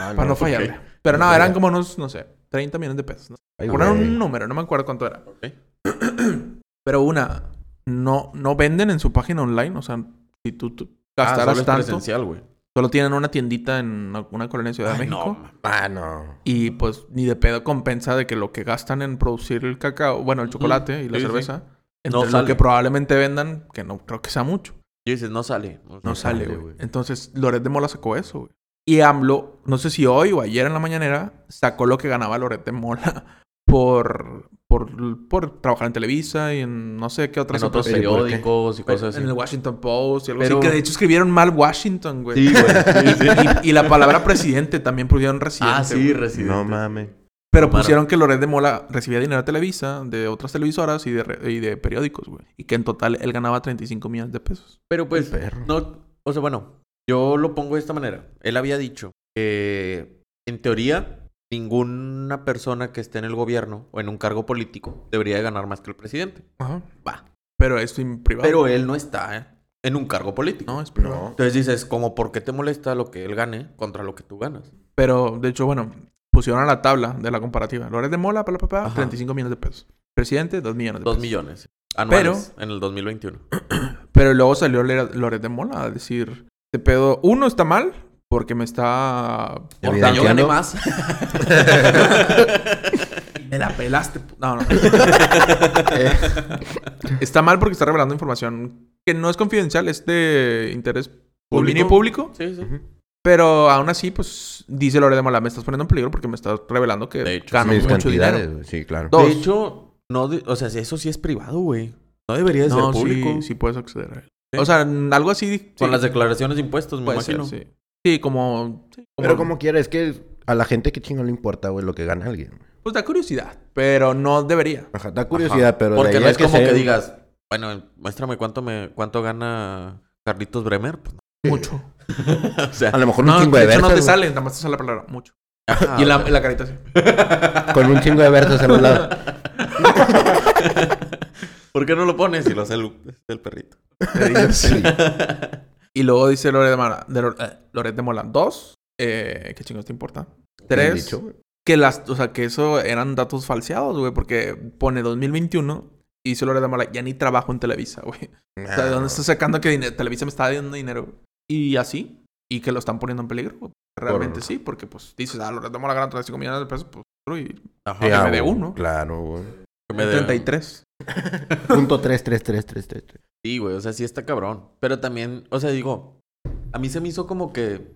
S3: Ah,
S2: para no
S3: pues,
S2: fallarle. Pero no,
S3: Ok.
S2: eran como unos, no sé, 30 millones de pesos. ¿no?
S3: ay,
S2: Poner
S3: güey.
S2: un número, no me acuerdo cuánto era.
S1: Ok.
S2: <clears throat> Pero una, no, no venden en su página online. O sea, si tú, tú
S1: Gastar
S2: gastaras
S1: Ah, solo es
S2: tanto,
S1: presencial, güey.
S2: solo tienen una tiendita en una colonia de Ciudad
S1: Ay,
S2: de México.
S1: no,
S3: Ah, no.
S2: Y pues ni de pedo compensa de que lo que gastan en producir el cacao, bueno, el chocolate y la
S1: Sí, sí.
S2: cerveza,
S1: No
S2: entre lo
S1: sale.
S2: que probablemente vendan, que no creo que sea mucho,
S1: Y dices, no sale.
S2: no, sale,
S3: sale,
S2: güey.
S3: güey.
S2: Entonces, Loret de Mola sacó eso, güey. Y AMLO, no sé si hoy o ayer en la mañanera, sacó lo que ganaba Loret de Mola <laughs> por, por, por trabajar en Televisa y en no sé qué otras
S1: En otros
S2: empresas.
S3: Pero, ¿por qué?
S1: periódicos y cosas así.
S2: En el Washington Post y algo
S1: Pero-
S2: así. Que de hecho escribieron mal Washington, güey.
S1: Sí, güey. Sí, sí.
S2: <laughs> Y, y la palabra presidente también pusieron residente.
S1: Ah, sí,
S2: güey.
S1: residente.
S3: No mames.
S2: Pero
S1: Tomaron.
S2: pusieron que Loret de Mola recibía dinero de Televisa, de otras televisoras y de, re- y de periódicos, güey. Y que en total él ganaba 35 millones de pesos.
S1: Pero pues,
S3: perro.
S1: no, o sea, bueno, yo lo pongo de esta manera. Él había dicho que, en teoría, ninguna persona que esté en el gobierno o en un cargo político debería de ganar más que el presidente.
S2: Ajá.
S1: Va.
S2: Pero esto en privado.
S1: Pero él no está ¿eh? en un cargo político.
S2: No, es privado.
S3: No.
S1: Entonces dices, como, ¿por qué te molesta lo que él gane contra lo que tú ganas?
S2: Pero, de hecho, bueno, pusieron a la tabla de la comparativa. Loret de Mola, pa, pa, pa,
S1: Ajá.
S2: 35 millones de pesos. Presidente, 2 millones de
S1: Dos
S2: pesos.
S1: millones anuales en el
S2: <coughs>
S1: 2021.
S2: Pero luego salió Lera- Loret de Mola a decir, este pedo, uno está mal porque me está...
S1: Porque
S3: Evidenciando.
S1: yo gané más.
S2: Me la pelaste. pu-
S1: <laughs>
S2: No, no. Eh, está mal porque está revelando información que no es confidencial, es de interés dominio público.
S1: Sí, sí.
S2: Pero aún así, pues, dice Loret de Mola, me estás poniendo en peligro porque me estás revelando que
S1: De hecho,
S2: gano
S3: Ah, Mis
S2: mucho
S3: cantidades,
S2: dinero.
S3: güey. Sí, claro.
S2: Dos.
S1: De hecho, no, de- o sea, si eso sí es privado, güey. No debería de
S2: No,
S1: ser público.
S2: sí, sí puedes acceder a él.
S1: Sí.
S2: O sea, n- algo así.
S1: Con
S2: sí,
S1: las declaraciones de impuestos, me
S2: puede ser,
S1: imagino.
S2: sí. Sí, como... sí,
S3: Pero como quiera, es que a la gente que chingo le importa, güey, lo que gana alguien.
S2: Pues da curiosidad, pero no debería.
S3: Ajá, da curiosidad, pero de
S1: Porque
S3: ahí
S1: no
S3: a
S1: es como que
S3: sea-
S1: digas, bueno, muéstrame cuánto me cuánto gana Carlitos Bremer. pues,
S2: Mucho.
S1: no. <laughs> o sea,
S3: A lo mejor un
S2: No,
S3: chingo
S2: de
S3: de
S2: hecho no te
S3: versos. güey.
S2: sale, nada más te sale la palabra mucho.
S1: ajá, <laughs>
S2: y en la,
S1: o sea,
S2: en la carita así.
S3: Con un chingo de versos en un lado.
S2: <laughs>
S1: ¿Por qué no lo pones? Y lo hace el, el perrito.
S3: Sí.
S2: Y luego dice Loret de, Mola, de, Lor- eh, Loret de Mola. Dos, eh, ¿qué chingados te importa?
S3: Bien
S2: Tres,
S3: dicho, güey.
S2: que las, o sea, que eso eran datos falseados, güey, porque pone 2021 y dice Loret de Mola, ya ni trabajo en Televisa, güey. O sea, ¿de dónde estás sacando que dinero? Televisa me está dando dinero? Y así, y que lo están poniendo en peligro, güey. Realmente
S3: Por-
S2: sí, porque pues dices, ah, Loret de Mola gana 35 millones de pesos, pues, y
S1: Ajá.
S3: Sí,
S2: que
S3: ah,
S2: me dé
S3: güey.
S2: uno.
S3: Claro, güey.
S1: Que me dé-
S2: 33.
S3: Punto tres, tres, tres, tres, tres, tres.
S1: Sí, güey, o sea, sí está cabrón. Pero también, o sea, digo, a mí se me hizo como que.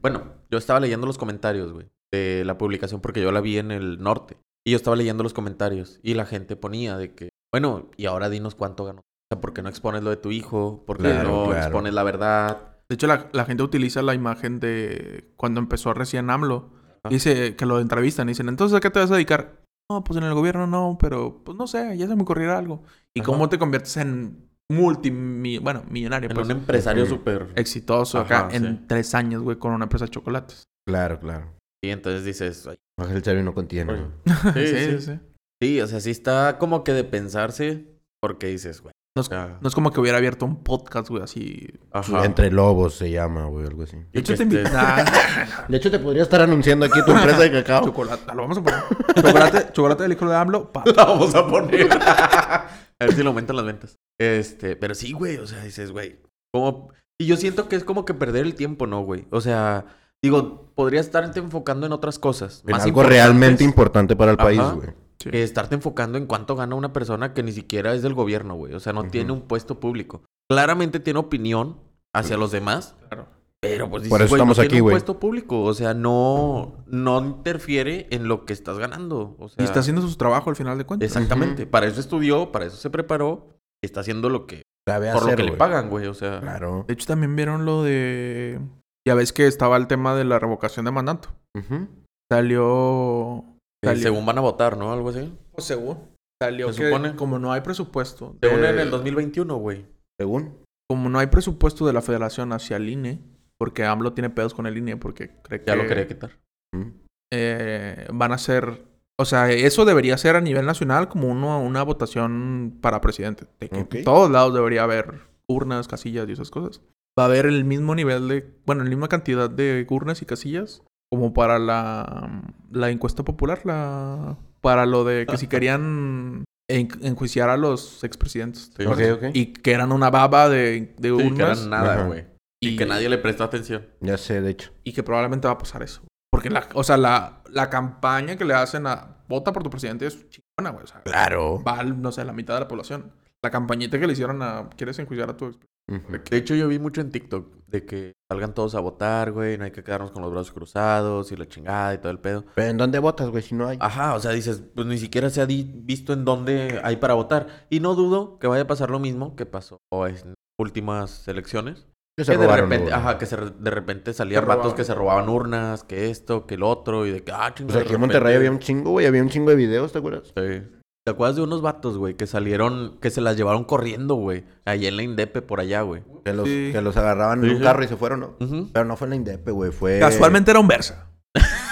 S1: Bueno, yo estaba leyendo los comentarios, güey, de la publicación porque yo la vi en el norte. Y yo estaba leyendo los comentarios y la gente ponía de que, bueno, y ahora dinos cuánto ganó. O sea, ¿por qué no expones lo de tu hijo? ¿Por qué
S3: Claro,
S1: no
S3: claro.
S1: expones la verdad?
S2: De hecho, la, la gente utiliza la imagen de cuando empezó recién AMLO.
S1: Ajá.
S2: Dice que lo entrevistan y dicen, entonces, ¿a qué te vas a dedicar? No, pues en el gobierno no, pero pues no sé, ya se me ocurrirá algo. ¿Y
S1: Ajá.
S2: cómo te conviertes en multi, mi- bueno, millonario,
S1: En
S2: pues,
S1: un empresario
S3: sí.
S1: súper...
S2: exitoso acá
S1: Ajá,
S2: en
S1: sí.
S2: tres años, güey, con una empresa de chocolates.
S3: Claro, claro.
S1: Sí, entonces dices... ay,
S3: Ángel Chávez no contiene. <laughs>
S1: Oye.
S3: güey.
S1: Sí, sí, sí. Sí, o sea, sí está como que de pensarse porque dices, güey.
S2: Nos-
S1: o sea,
S2: No es como que hubiera abierto un podcast, güey, así.
S1: ajá.
S3: Entre lobos se llama, güey, algo así.
S1: Y
S2: De hecho,
S1: que
S2: te
S1: estés-
S2: invi- <laughs> Nah,
S3: De hecho, te podría estar anunciando aquí tu empresa de cacao.
S2: chocolate, lo vamos a poner. <laughs> Chocolate, chocolate del hijo de AMLO, pa.
S1: La <laughs> vamos a poner. <laughs> a ver si le aumentan las ventas. Este, pero sí, güey, o sea, dices, güey, como... Y yo siento que es como que perder el tiempo, ¿no, güey? O sea, digo, podría estarte enfocando en otras cosas.
S3: En
S1: más
S3: algo realmente
S1: importantes
S3: importante para el
S1: Ajá.
S3: país, güey.
S1: Que estarte enfocando en cuánto gana una persona que ni siquiera es del gobierno, güey. O sea, no tiene
S3: Ujú.
S1: un puesto público. Claramente tiene opinión hacia los demás,
S2: Claro.
S1: pero pues dices,
S3: Por eso
S1: güey, no
S3: estamos
S1: tiene
S3: aquí,
S1: un
S3: güey.
S1: puesto público, o sea, no no interfiere en lo que estás ganando, o sea,
S2: Y está haciendo su trabajo al final de cuentas.
S1: exactamente,
S3: Ujú.
S1: para eso estudió, para eso se preparó, y está haciendo lo que
S3: Sabe
S1: por lo
S3: hacer,
S1: que le
S3: güey.
S1: pagan, güey, o sea,
S3: Claro.
S2: De hecho, también vieron lo de. Ya ves que estaba el tema de la revocación de mandato.
S3: Ujú.
S2: Salió.
S1: eh, según van a votar, ¿no? Algo así.
S2: Pues, según. Salió
S1: Se
S2: que
S1: supone.
S2: como no hay presupuesto. de-
S1: Según
S3: Eh,
S1: en el 2021, güey.
S3: Según.
S2: Como no hay presupuesto de la federación hacia el INE, porque AMLO tiene pedos con el INE, porque cree que.
S1: Ya
S3: eh,
S1: lo quería quitar.
S3: Ujú.
S2: eh, van a ser. O sea, eso debería ser a nivel nacional como uno- una votación para presidente. De que
S3: Ok.
S2: en todos lados debería haber urnas, casillas y esas cosas. Va a haber el mismo nivel de. Bueno, la misma cantidad de urnas y casillas como para la, la encuesta popular. la Para lo de
S1: <laughs>
S2: que si querían en- enjuiciar a los expresidentes.
S1: Sí.
S3: Ok, ok.
S2: Y que eran una baba de, de
S1: Sí, que
S2: urnas.
S1: eran nada,
S3: Ajá.
S1: güey. Y...
S2: Y-
S1: que nadie le prestó atención.
S3: Ya sé, de hecho.
S2: y que probablemente va a pasar eso. Porque la, o sea, la, la campaña que le hacen a vota por tu presidente es chingona, güey. O sea,
S3: Claro.
S2: va, al- no sé, la mitad de la población. La campañita que le hicieron a ¿Quieres enjuiciar a tu ex?
S3: Ujú.
S1: De hecho, yo vi mucho en TikTok de que salgan todos a votar, güey, no hay que quedarnos con los brazos cruzados y la chingada y todo el pedo.
S3: Pero ¿en dónde votas, güey, si no hay?
S1: Ajá, o sea, dices, pues ni siquiera se ha di- visto en dónde hay para votar. Y no dudo que vaya a pasar lo mismo que pasó en últimas elecciones.
S3: Que
S1: Que
S3: se
S1: de
S3: robaron,
S1: repente,
S3: güey.
S1: ajá, que se re- de repente salían
S2: Se
S1: ratos
S2: robaban.
S1: que se robaban urnas, que esto, que el otro, y de que, ah,
S3: O
S1: chingada.
S3: sea, aquí en Monterrey había un chingo, güey. Había un chingo de videos, ¿te acuerdas?
S1: ¿Te acuerdas de unos vatos, güey, que salieron, que se las llevaron corriendo, güey? Allá en la Indepe, por allá, güey.
S3: Que los,
S2: Sí.
S3: que los agarraban
S1: Sí,
S3: en un
S1: sí.
S3: carro y se fueron, ¿no?
S1: Ujú.
S3: Pero no fue en la Indepe, güey. Fue... <laughs> Ah,
S2: Casualmente era un Versa.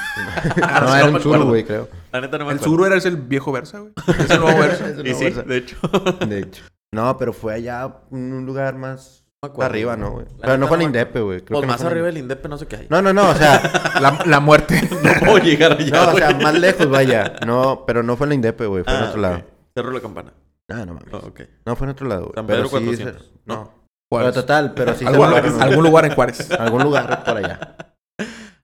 S3: no,
S1: no
S3: era
S1: me
S3: un sur,
S1: acuerdo.
S3: güey, creo. <laughs>
S1: La neta no me
S2: El
S1: acuerdo.
S2: Suru era ese el viejo Versa, güey. Es el nuevo Versa.
S3: Es una
S1: Y sí,
S3: bolsa.
S1: de hecho.
S3: De hecho. No, pero fue allá en un lugar más
S1: me acuerdo.
S3: arriba, ¿no, güey?
S1: La
S3: Pero
S1: neta
S3: no fue en la
S1: me acuerdo.
S3: Indepe, güey. Creo
S1: Pues
S3: que no
S1: más
S3: fue en la
S1: arriba
S3: Indepe.
S1: del Indepe no sé qué hay.
S3: No, no, no, o sea,
S1: <laughs>
S2: La, la
S3: <laughs>
S2: muerte.
S1: puedo llegar <laughs> allá,
S3: no, o sea,
S1: güey.
S3: más lejos, vaya. No, pero no fue en la Indepe, güey, fue en
S1: Ah,
S3: otro
S1: ok.
S3: lado.
S1: Cerró la campana.
S3: Ah, no mames.
S1: Ah, ok.
S3: No, fue en otro lado, güey.
S1: San
S3: Pero
S1: Pedro
S3: sí,
S1: 400.
S3: se- No. Pero
S2: Juárez.
S3: total, pero sí se
S2: ¿Algún,
S3: robaron,
S2: lugar,
S3: güey.
S2: algún lugar en
S3: <laughs>
S2: Juárez.
S3: Algún lugar por allá.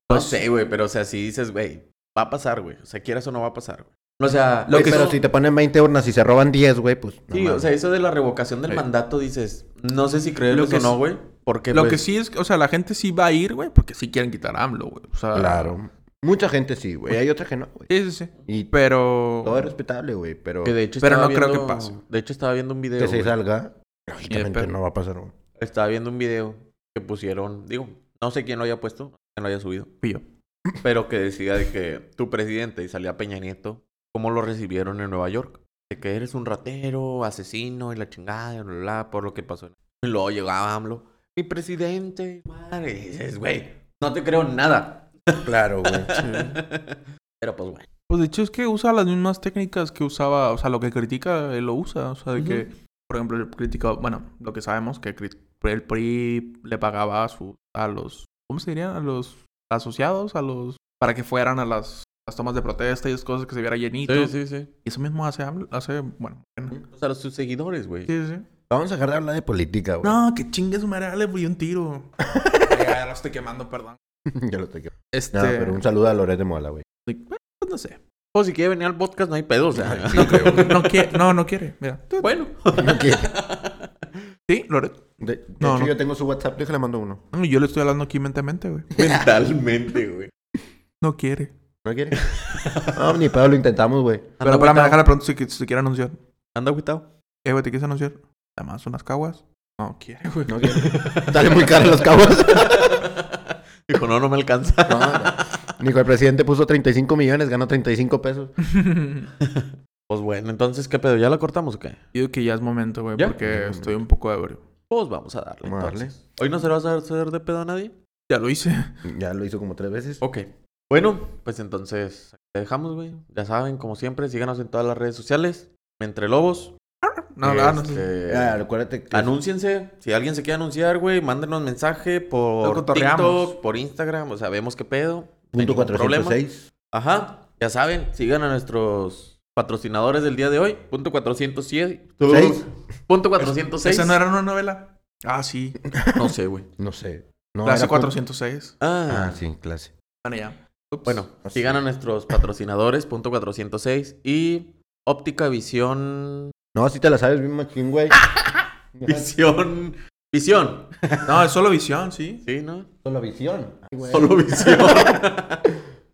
S1: No sé, güey, pero o sea, si dices, güey, va a pasar, güey. O sea, quieras o no va a pasar, güey. O sea,
S3: Lo
S1: eso-
S3: pero si te ponen 20 urnas y se roban 10, güey, pues. no
S1: Sí, o
S3: mames.
S1: sea, eso de la revocación del
S3: Sí.
S1: mandato, dices, no sé si creerlo
S2: Lo que
S1: o no,
S2: es-
S1: güey. Porque,
S2: Lo
S1: pues,
S2: que sí es, que, o sea, la gente sí va a ir, güey, porque sí quieren quitar a AMLO, güey. O sea,
S3: Claro. Mucha gente sí, güey. Hay otra que no, güey.
S2: Sí, sí, sí.
S3: Y
S2: Pero.
S3: todo es respetable, güey, pero
S1: Que
S3: que,
S1: de hecho
S2: Pero
S1: estaba
S2: no creo que
S1: viendo-
S2: pase.
S1: De hecho, estaba viendo un video.
S3: se
S1: güey.
S3: salga, lógicamente
S2: pero-
S3: no va a pasar, güey.
S1: Estaba viendo un video que pusieron, digo, no sé quién lo haya puesto, quién lo haya subido. <laughs>
S2: Fui yo.
S1: Pero que decía de que tu presidente y salía Peña Nieto, ¿cómo lo recibieron en Nueva York? De que eres un ratero, asesino y la chingada, y bla, bla, bla, por lo que pasó. Y luego llegaba AMLO, mi presidente, madre, y dices, güey, no te creo nada.
S3: Claro, güey.
S1: <laughs> Pero pues, güey.
S2: Pues de hecho es que usa las mismas técnicas que usaba, o sea, lo que critica él lo usa, o sea, de que, por ejemplo, él critica, bueno, lo que sabemos que cri- el PRI le pagaba a, su, a los, ¿cómo se diría? A los asociados, a los, para que fueran a las, las tomas de protesta y esas cosas que se viera llenito.
S1: sí, sí.
S2: Y eso mismo hace, AMLO- hace bueno, bueno.
S1: O sea, sus seguidores, güey.
S2: Sí, sí.
S3: Vamos a dejar de hablar de política, güey.
S2: No, que chingue su madre, le fui un tiro. <laughs> ya lo estoy quemando, perdón.
S3: <laughs> ya lo estoy quemando.
S2: Este,
S3: No, pero un saludo a Loret de Mola, güey.
S2: pues no sé.
S1: O si quiere venir al podcast, no hay pedo, o
S3: <laughs>
S1: sea.
S3: Sí, creo, güey.
S2: No, quiere, no, no quiere, mira.
S1: <laughs> bueno.
S3: No quiere.
S2: Sí, Loret.
S3: De, de
S2: No,
S3: hecho,
S2: no.
S3: yo tengo su WhatsApp, déjale mando uno.
S2: No, Yo le estoy hablando aquí mentalmente, güey.
S1: Mentalmente, güey.
S2: No quiere.
S3: ¿No quiere? no, ni pedo, lo intentamos, güey.
S2: Pero para manejarla pronto si, si quiere anunciar.
S1: Anda agüitado.
S2: Eh, güey, ¿te quieres anunciar? Además, unas caguas. No quiere, güey.
S3: No quiere. Sale muy caro los cabos. <laughs>
S1: <laughs> Dijo, no, no me alcanza.
S3: No, no. Nico, el presidente puso 35 millones, ganó 35 pesos.
S1: Pues bueno, entonces, ¿qué pedo? ¿Ya la cortamos o qué?
S2: Yo <laughs> digo que ya es momento, güey,
S1: ¿Ya?
S2: porque
S3: Ya es
S2: estoy un poco ebrio.
S1: Pues vamos a darle.
S3: Vamos a darle.
S1: entonces. ¿Hoy no se lo vas a hacer de pedo a nadie?
S2: Ya lo hice.
S3: Ya lo hizo como tres veces.
S1: Ok. Bueno, pues entonces, aquí te dejamos, güey. Ya saben, como siempre, síganos en todas las redes sociales. Entre Lobos.
S2: No, no, no.
S1: Este,
S3: Ah, recuérdate que...
S1: Anúnciense. Si alguien se quiere anunciar, güey, mándenos mensaje
S2: Lo
S1: por
S2: cotorreamos.
S1: TikTok, por Instagram. O sea, vemos qué pedo. No hay
S3: Punto
S1: ningún
S3: 406.
S1: Ajá. Ya saben, sigan a nuestros patrocinadores del día de hoy. Punto 407.
S3: ¿Seis?
S1: Punto 406.
S2: ¿Esa no era una novela? Ah, sí.
S1: No sé, güey.
S3: No sé. No,
S2: Clase
S3: era punto-
S2: 406.
S1: Ah,
S3: Ah, sí, clase.
S2: Bueno, ya. Ups.
S1: Bueno,
S3: Así.
S1: sigan a nuestros patrocinadores, punto 406 y Óptica Visión.
S3: No, si te la sabes bien machín, güey.
S1: Visión. Visión.
S2: No, es solo visión, sí.
S1: Sí, ¿no?
S3: Solo visión.
S1: Solo visión.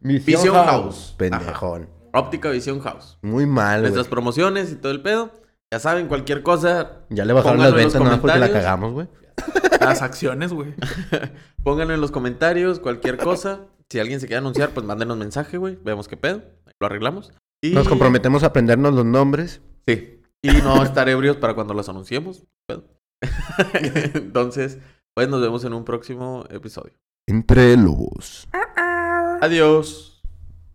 S3: Visión,
S1: Visión
S3: House.
S1: House.
S3: Pendejón.
S1: <laughs> Óptica Visión House.
S3: Muy mal, güey.
S1: Nuestras promociones y todo el pedo. Ya saben, cualquier cosa,
S3: Ya le bajaron
S1: Pónganlo
S3: las
S1: en los
S3: ventas nada más porque la
S1: comentarios.
S3: cagamos, güey.
S2: Las acciones, güey.
S1: pónganlo en los comentarios, cualquier cosa. Si alguien se quiere anunciar, pues mándenos mensaje, güey. Vemos qué pedo. Lo arreglamos. Y...
S3: Nos comprometemos a aprendernos los nombres.
S1: Sí. Y no estar ebrios para cuando los anunciemos. Pedo. <laughs> Entonces, pues nos vemos en un próximo episodio.
S3: Entre lobos.
S1: Adiós.